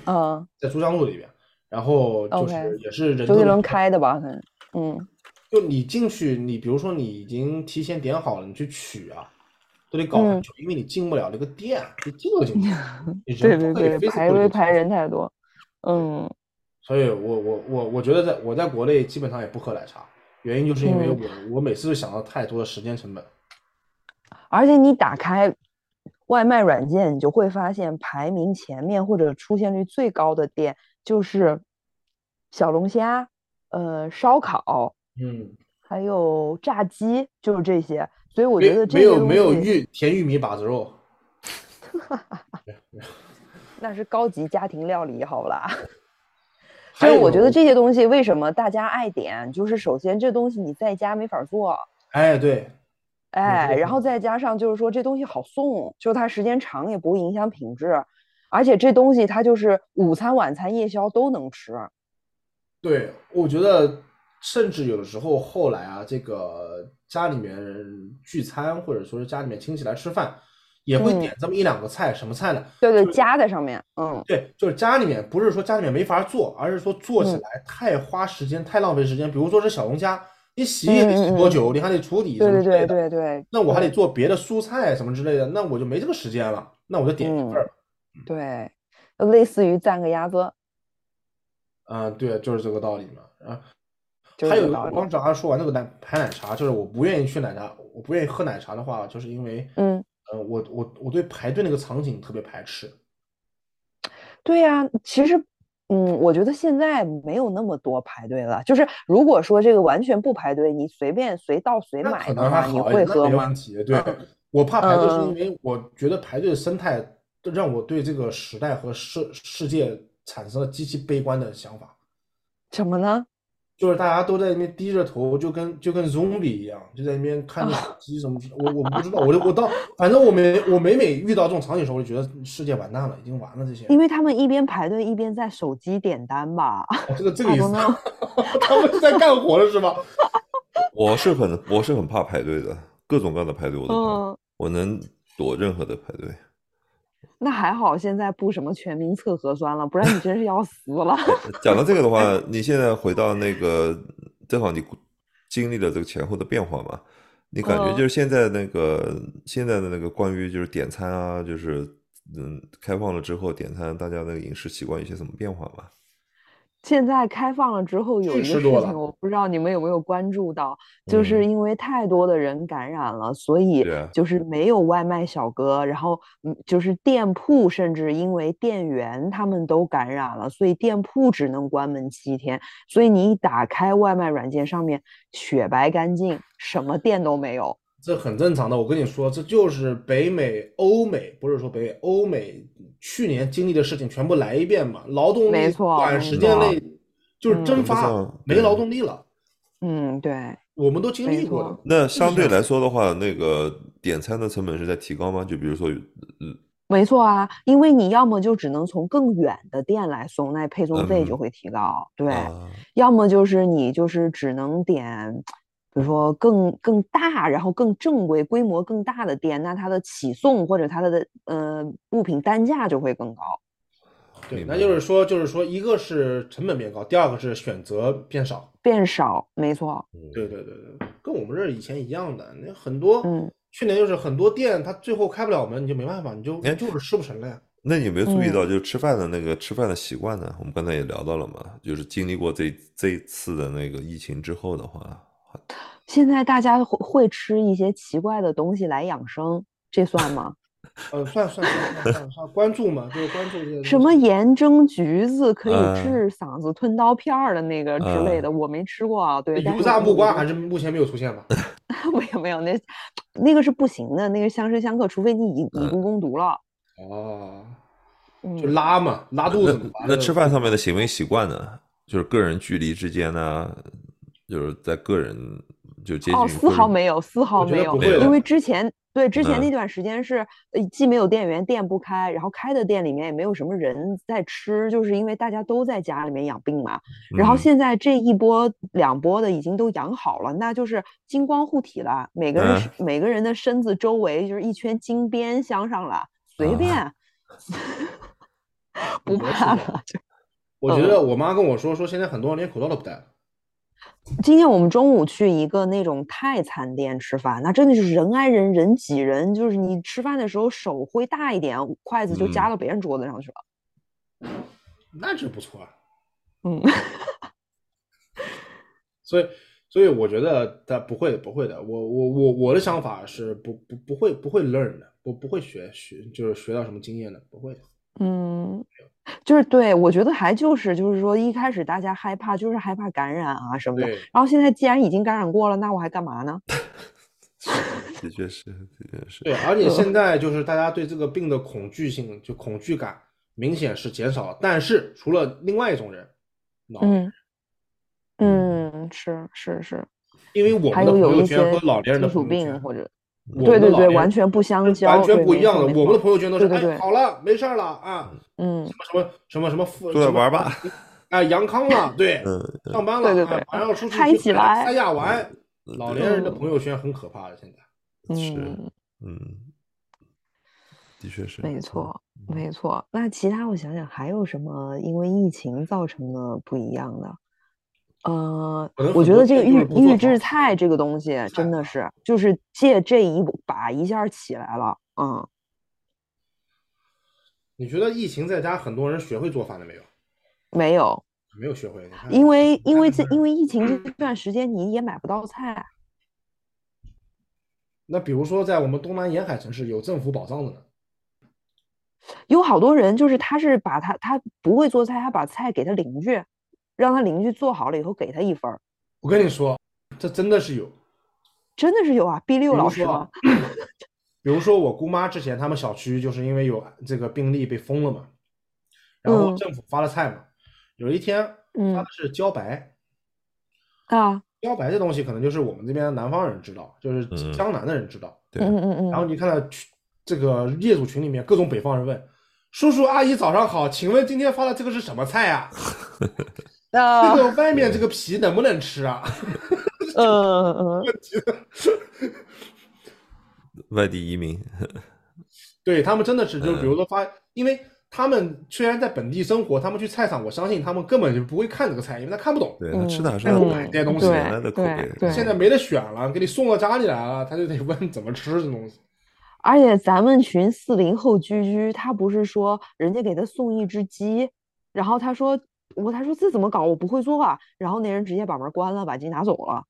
[SPEAKER 2] 嗯。
[SPEAKER 1] 在珠江路里边，然后就是
[SPEAKER 2] OK
[SPEAKER 1] 也是人特
[SPEAKER 2] 周杰
[SPEAKER 1] 别
[SPEAKER 2] 伦
[SPEAKER 1] 多
[SPEAKER 2] 开的吧？可能，嗯，
[SPEAKER 1] 就你进去，你比如说你已经提前点好了，你去取啊，都得搞很
[SPEAKER 2] 嗯
[SPEAKER 1] 久，因为你进不了那个店，你进都进不
[SPEAKER 2] [LAUGHS]
[SPEAKER 1] 了，你
[SPEAKER 2] 对
[SPEAKER 1] 人
[SPEAKER 2] 对
[SPEAKER 1] 不会
[SPEAKER 2] 对，
[SPEAKER 1] physically
[SPEAKER 2] 排队
[SPEAKER 1] 进
[SPEAKER 2] 排
[SPEAKER 1] 去
[SPEAKER 2] 人太多，嗯
[SPEAKER 1] 所以我我我我觉得在我在国内基本上也不喝奶茶，原因就是因为
[SPEAKER 2] 嗯
[SPEAKER 1] 我我每次都想到太多的时间成本。
[SPEAKER 2] 而且你打开外卖软件，你就会发现排名前面或者出现率最高的店就是小龙虾、呃烧烤，
[SPEAKER 1] 嗯，
[SPEAKER 2] 还有炸鸡，就是这些。所以我
[SPEAKER 1] 没
[SPEAKER 2] 觉得这
[SPEAKER 1] 没
[SPEAKER 2] 些
[SPEAKER 1] 有
[SPEAKER 2] 东
[SPEAKER 1] 没有
[SPEAKER 2] 西
[SPEAKER 1] 玉甜玉米把子肉，
[SPEAKER 2] 那是高级家庭料理，好不啦？
[SPEAKER 1] 还
[SPEAKER 2] 所以
[SPEAKER 1] 有
[SPEAKER 2] 我觉得这些东西为什么大家爱点，就是首先这东西你在家没法做，
[SPEAKER 1] 哎对，
[SPEAKER 2] 哎，
[SPEAKER 1] 错
[SPEAKER 2] 然后再加上就是说这东西好送，就是它时间长也不会影响品质，而且这东西它就是午餐、晚餐、夜宵都能吃。
[SPEAKER 1] 对，我觉得甚至有的时候后来啊，这个家里面聚餐或者说是家里面亲戚来吃饭，也
[SPEAKER 2] 嗯
[SPEAKER 1] 会点这么一两个菜，什么菜呢？
[SPEAKER 2] 对对，加在上面，嗯，
[SPEAKER 1] 对，就是家里面不是说家里面没法做，而是说做
[SPEAKER 2] 嗯
[SPEAKER 1] 起来太花时间、太浪费时间。比如说这小龙虾，你洗也得洗多久，你还得处理什
[SPEAKER 2] 嗯对
[SPEAKER 1] 么
[SPEAKER 2] 对
[SPEAKER 1] 之类
[SPEAKER 2] 对
[SPEAKER 1] 的。
[SPEAKER 2] 对对
[SPEAKER 1] 那我还得做别的蔬菜什么之类的，那我就没这个时间了，那我就点一
[SPEAKER 2] 嗯
[SPEAKER 1] 份儿。
[SPEAKER 2] 对，就类似于蘸个鸭子，
[SPEAKER 1] 啊，对，就是这个道理嘛。啊，
[SPEAKER 2] 就是
[SPEAKER 1] 还
[SPEAKER 2] 这
[SPEAKER 1] 有
[SPEAKER 2] 个
[SPEAKER 1] 一个
[SPEAKER 2] 道
[SPEAKER 1] 刚
[SPEAKER 2] 理
[SPEAKER 1] 刚说完那个奶排奶茶，就是我不愿意去奶茶，我不愿意喝奶茶的话，就是因为，
[SPEAKER 2] 嗯，
[SPEAKER 1] 呃，我我我对排队那个场景特别排斥。
[SPEAKER 2] 对呀、其实，嗯，我觉得现在没有那么多排队了。就是如果说这个完全不排队，你随便随到随
[SPEAKER 1] 那
[SPEAKER 2] 买
[SPEAKER 1] 可
[SPEAKER 2] 的
[SPEAKER 1] 能还
[SPEAKER 2] 话，你
[SPEAKER 1] 好一
[SPEAKER 2] 会
[SPEAKER 1] 点，那
[SPEAKER 2] 喝
[SPEAKER 1] 没
[SPEAKER 2] 吗
[SPEAKER 1] 问？题。对 [LAUGHS]
[SPEAKER 2] 嗯，
[SPEAKER 1] 我怕排队是
[SPEAKER 2] 嗯
[SPEAKER 1] 因为我觉得排队的生态让我对这个时代和世世界产生了极其悲观的想法，
[SPEAKER 2] 什么呢？
[SPEAKER 1] 就是大家都在那边低着头，就跟就跟 zombie 一样，就在那边看着手机什么之。我我不知道，我就我到，反正我每我每每遇到这种场景的时候，我就觉得世界完蛋了，已经完了这些人。
[SPEAKER 2] 因为他们一边排队一边在手机点单吧。
[SPEAKER 1] 哦这个这个
[SPEAKER 2] I
[SPEAKER 1] 意
[SPEAKER 2] don't
[SPEAKER 1] 思 [LAUGHS]
[SPEAKER 2] know，
[SPEAKER 1] 他们是在干活了是吧？
[SPEAKER 3] 我是很我是很怕排队的，各种各样的排队我都怕，
[SPEAKER 2] 嗯，
[SPEAKER 3] 我能躲任何的排队。 [LAUGHS]
[SPEAKER 2] 那还好，现在不什么全民测核酸了，不然你真是要死了。 [LAUGHS]
[SPEAKER 3] 讲到这个的话，你现在回到那个，正好你经历了这个前后的变化嘛，你感觉
[SPEAKER 2] 嗯
[SPEAKER 3] 就是现在那个现在的那个关于就是点餐啊，就是嗯开放了之后点餐，大家那个饮食习惯有些什么变化吗？
[SPEAKER 2] 现在开放了之后，有
[SPEAKER 1] 确
[SPEAKER 2] 一个
[SPEAKER 1] 实
[SPEAKER 2] 事
[SPEAKER 1] 多
[SPEAKER 2] 情，
[SPEAKER 1] 了嗯
[SPEAKER 2] 我不知道你们有没有关注到，就是因为太多的人感染了，所以
[SPEAKER 3] 对啊
[SPEAKER 2] 就是没有外卖小哥，然后嗯，就是店铺甚至因为店员他们都感染了，所以店铺只能关门七天。所以你一打开外卖软件，上面雪白干净，什么店都没有。
[SPEAKER 1] 这很正常的，我跟你说，这就是北美、欧美，不是说北美、欧美去年经历的事情全部来一遍嘛。劳动
[SPEAKER 2] 没
[SPEAKER 1] 力
[SPEAKER 2] 错嗯
[SPEAKER 1] 短时间内就是蒸发，
[SPEAKER 3] 嗯
[SPEAKER 1] 没劳动力了，
[SPEAKER 2] 嗯，对，
[SPEAKER 1] 我们都经历过的
[SPEAKER 2] 没。
[SPEAKER 3] 那相对来说的话，那个点餐的成本是在提高吗？就比如说，嗯，
[SPEAKER 2] 没错啊，因为你要么就只能从更远的店来送，那配送费
[SPEAKER 3] 嗯
[SPEAKER 2] 就会提高。对。
[SPEAKER 3] 啊，
[SPEAKER 2] 要么就是你就是只能点，比如说更更大，然后更正规、规模更大的店，那它的起送或者它的呃物品单价就会更高。
[SPEAKER 1] 对，
[SPEAKER 3] 明
[SPEAKER 1] 那
[SPEAKER 3] 白
[SPEAKER 1] 就是说，就是说，一个是成本变高，第二个是选择变少。
[SPEAKER 2] 变少，没错，
[SPEAKER 3] 嗯
[SPEAKER 1] 对对对对，跟我们这儿以前一样的，那很多
[SPEAKER 2] 嗯，
[SPEAKER 1] 去年就是很多店它最后开不了门，你就没办法，你就
[SPEAKER 3] 哎
[SPEAKER 1] 就是吃不成了呀。
[SPEAKER 3] 那你有没有注意
[SPEAKER 2] 嗯
[SPEAKER 3] 到，就是吃饭的那个吃饭的习惯呢？我们刚才也聊到了嘛，就是经历过这这一次的那个疫情之后的话，
[SPEAKER 2] 现在大家会会吃一些奇怪的东西来养生，这算吗？
[SPEAKER 1] 呃，算算算算算算，关注嘛，就是关注这些东西。
[SPEAKER 2] 什么盐蒸橘子可
[SPEAKER 3] 嗯
[SPEAKER 2] 以治嗓子吞刀片儿的那个之类的，我没吃过啊。对，但
[SPEAKER 1] 油
[SPEAKER 2] 是
[SPEAKER 1] 炸
[SPEAKER 2] 我
[SPEAKER 1] 木瓜还
[SPEAKER 2] 我
[SPEAKER 1] 是目前没有出现吧？
[SPEAKER 2] [LAUGHS] 没有没有，那那个是不行的，那个相生相克，除非你以以
[SPEAKER 3] 嗯
[SPEAKER 2] 毒攻毒了。
[SPEAKER 1] 哦，
[SPEAKER 2] 嗯。
[SPEAKER 1] 就拉嘛，拉肚子嘛。
[SPEAKER 3] 那吃饭上面的行为习惯呢？就是个人距离之间呢，就是在个人就接近
[SPEAKER 2] 哦，
[SPEAKER 3] 个
[SPEAKER 2] 丝毫
[SPEAKER 3] 人
[SPEAKER 2] 没有，丝毫
[SPEAKER 1] 觉
[SPEAKER 2] 没
[SPEAKER 1] 得
[SPEAKER 2] 有
[SPEAKER 1] 不会，
[SPEAKER 2] 因
[SPEAKER 1] 的
[SPEAKER 2] 为之前对之前
[SPEAKER 3] 嗯
[SPEAKER 2] 那段时间是，呃，既没有店员，店不开，然后开的店里面也没有什么人在吃，就是因为大家都在家里面养病嘛。然后
[SPEAKER 3] 嗯
[SPEAKER 2] 现在这一波两波的已经都养好了，那就是金光护体了，每个人
[SPEAKER 3] 嗯
[SPEAKER 2] 是、每个人的身子周围就是一圈金边镶上了，随
[SPEAKER 3] 啊
[SPEAKER 2] 便、 [LAUGHS] 不
[SPEAKER 1] 我觉得是
[SPEAKER 2] 怕
[SPEAKER 1] 这样
[SPEAKER 2] 了。就
[SPEAKER 1] 我觉
[SPEAKER 2] 嗯
[SPEAKER 1] 得我妈跟我说，说现在很多人连口罩都不戴了。
[SPEAKER 2] 今天我们中午去一个那种泰餐店吃饭，那真的就是人挨人，人挤人，就是你吃饭的时候手挥大一点，筷子就夹
[SPEAKER 3] 嗯
[SPEAKER 2] 到别人桌子上去了。
[SPEAKER 1] 那这不错啊。 [LAUGHS]
[SPEAKER 2] 嗯，
[SPEAKER 1] 所以，所以我觉得他不会的，不会的。我我我我的想法是不不不会不会 learn 的，不不会学学就是学到什么经验的，不会的。
[SPEAKER 2] 嗯，就是对，我觉得还就是就是说一开始大家害怕，就是害怕感染啊什么的。
[SPEAKER 1] 对，
[SPEAKER 2] 然后现在既然已经感染过了，那我还干嘛呢？
[SPEAKER 3] 的确是，的确是，
[SPEAKER 1] 对，而且现在就是大家对这个病的恐惧性，就恐惧感明显是减少了。但是除了另外一种人，老人，
[SPEAKER 2] 嗯嗯，是是是，
[SPEAKER 1] 因为我
[SPEAKER 2] 还
[SPEAKER 1] 们的
[SPEAKER 2] 有
[SPEAKER 1] 朋
[SPEAKER 2] 有
[SPEAKER 1] 友
[SPEAKER 2] 一些
[SPEAKER 1] 圈和老年人的
[SPEAKER 2] 基础
[SPEAKER 1] 朋友
[SPEAKER 2] 病
[SPEAKER 1] 圈，
[SPEAKER 2] 或者
[SPEAKER 1] 我
[SPEAKER 2] 对
[SPEAKER 1] 们的
[SPEAKER 2] 对
[SPEAKER 1] 老
[SPEAKER 2] 对，
[SPEAKER 1] 年
[SPEAKER 2] 完
[SPEAKER 1] 人
[SPEAKER 2] 全不相
[SPEAKER 1] 是
[SPEAKER 2] 交，
[SPEAKER 1] 完全
[SPEAKER 2] 对
[SPEAKER 1] 不
[SPEAKER 2] 没
[SPEAKER 1] 一样
[SPEAKER 2] 错
[SPEAKER 1] 的。
[SPEAKER 2] 没
[SPEAKER 1] 我们的
[SPEAKER 2] 错
[SPEAKER 1] 朋友圈都是
[SPEAKER 2] 对对
[SPEAKER 1] 哎，
[SPEAKER 2] 对
[SPEAKER 1] 好了，没事儿了啊，
[SPEAKER 2] 嗯，
[SPEAKER 1] 什么什么什么富，
[SPEAKER 3] 出来
[SPEAKER 1] 什么
[SPEAKER 3] 玩吧，
[SPEAKER 1] 啊，阳康了，对，
[SPEAKER 3] 嗯，
[SPEAKER 1] 上班了，
[SPEAKER 2] 对对
[SPEAKER 1] 啊
[SPEAKER 2] 对
[SPEAKER 1] 马上要出去
[SPEAKER 2] 嗨
[SPEAKER 1] 去
[SPEAKER 2] 起
[SPEAKER 1] 海南
[SPEAKER 2] 来
[SPEAKER 1] 三亚玩。老年人的
[SPEAKER 2] 嗯
[SPEAKER 1] 朋友圈很可怕的，现在
[SPEAKER 3] 是
[SPEAKER 2] 嗯
[SPEAKER 3] 嗯，的确是，
[SPEAKER 2] 没错，没错。那其他我想想还有什么因为疫情造成的不一样的？呃
[SPEAKER 1] 可能，
[SPEAKER 2] 我
[SPEAKER 1] 很
[SPEAKER 2] 觉
[SPEAKER 1] 多
[SPEAKER 2] 得这个
[SPEAKER 1] 店就
[SPEAKER 2] 预
[SPEAKER 1] 是不做
[SPEAKER 2] 预
[SPEAKER 1] 好
[SPEAKER 2] 制菜这个东西真的是，就是借这一把一下起来了，嗯。
[SPEAKER 1] 你觉得疫情在家很多人学会做饭了没有？
[SPEAKER 2] 没有，
[SPEAKER 1] 没有学会，你看
[SPEAKER 2] 因为因为
[SPEAKER 1] 看
[SPEAKER 2] 这
[SPEAKER 1] 看
[SPEAKER 2] 因为疫情这段时间你也买不到菜，
[SPEAKER 1] 那比如说在我们东南沿海城市有政府保障的呢，
[SPEAKER 2] 有好多人就是他是把他他不会做菜，他把菜给他邻居，让他邻居做好了以后给他一分儿，
[SPEAKER 1] 我跟你说，这真的是有。
[SPEAKER 2] 真的是有啊，B
[SPEAKER 1] 比
[SPEAKER 2] 六
[SPEAKER 1] 如
[SPEAKER 2] 老师
[SPEAKER 1] 说
[SPEAKER 2] 吗
[SPEAKER 1] 啊？， [LAUGHS] 比如说我姑妈之前他们小区就是因为有这个病例被封了嘛，然后
[SPEAKER 2] 嗯
[SPEAKER 1] 政府发了菜嘛，有一天发
[SPEAKER 2] 嗯
[SPEAKER 1] 的是茭白，
[SPEAKER 2] 啊，
[SPEAKER 1] 茭白这东西可能就是我们这边南方人知道，就是
[SPEAKER 3] 嗯
[SPEAKER 1] 江南的人知道，
[SPEAKER 3] 对
[SPEAKER 2] 嗯嗯嗯
[SPEAKER 1] 然后你看到群这个业主群里面各种北方人问。叔叔阿姨早上好，请问今天发的这个是什么菜啊？
[SPEAKER 2] 嗯，
[SPEAKER 1] 这
[SPEAKER 2] 啊，
[SPEAKER 1] 个外面这个皮能不能吃啊？
[SPEAKER 2] 嗯嗯
[SPEAKER 3] 外地移民，
[SPEAKER 1] 对他们真的是，就比如说发，因为他们虽然在本地生活，他们去菜场，我相信他们根本就不会看这个菜，因为他看不懂。
[SPEAKER 3] 对他
[SPEAKER 2] 嗯，
[SPEAKER 3] 吃的还是
[SPEAKER 1] 那
[SPEAKER 3] 老
[SPEAKER 1] 我
[SPEAKER 3] 百
[SPEAKER 1] 买
[SPEAKER 3] 姓
[SPEAKER 1] 这东西
[SPEAKER 3] 原
[SPEAKER 2] 对
[SPEAKER 3] 来的口
[SPEAKER 2] 对
[SPEAKER 3] 味。
[SPEAKER 2] 对
[SPEAKER 1] 现在没得选了，给你送到家里来了，他就得问怎么吃这东西。 [LAUGHS]
[SPEAKER 2] 而且咱们群四零后居居，他不是说人家给他送一只鸡，然后他说我他说这怎么搞，我不会做啊，然后那人直接把门关了，把鸡拿走了。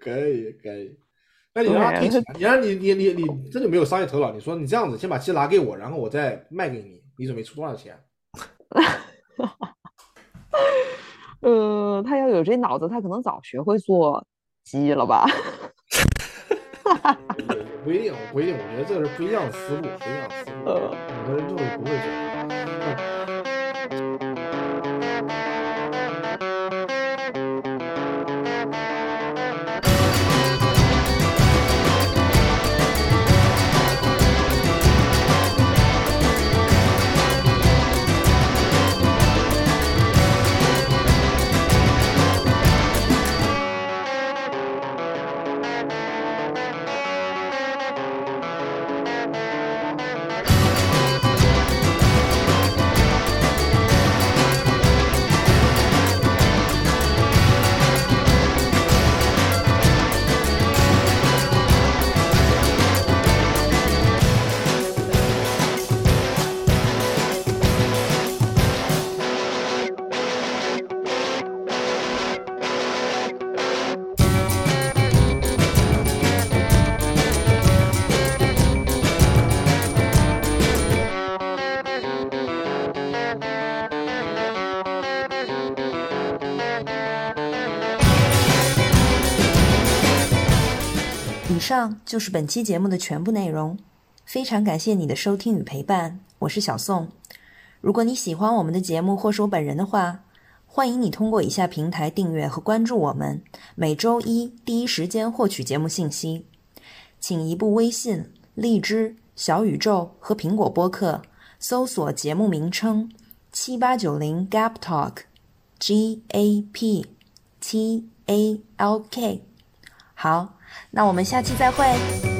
[SPEAKER 1] 可以可以，那你让他退钱，你让你你你你这就没有商业头脑。你说你这样子，先把鸡拿给我，然后我再卖给你，你准备出多少钱？
[SPEAKER 2] 呃，他要有这脑子，他可能早学会做鸡了吧？
[SPEAKER 1] 也也不一定，不一定，我觉得这个是不一样的思路，不一样的思路。
[SPEAKER 2] 呃
[SPEAKER 1] 有的人就是不会做。
[SPEAKER 4] 以上就是本期节目的全部内容，非常感谢你的收听与陪伴，我是小宋。如果你喜欢我们的节目或是我本人的话，欢迎你通过以下平台订阅和关注我们，每周一第一时间获取节目信息。请移步微信、荔枝、小宇宙和苹果播客搜索节目名称“七八九零 Gap Talk”，G A P T A L K。好，那我们下期再会。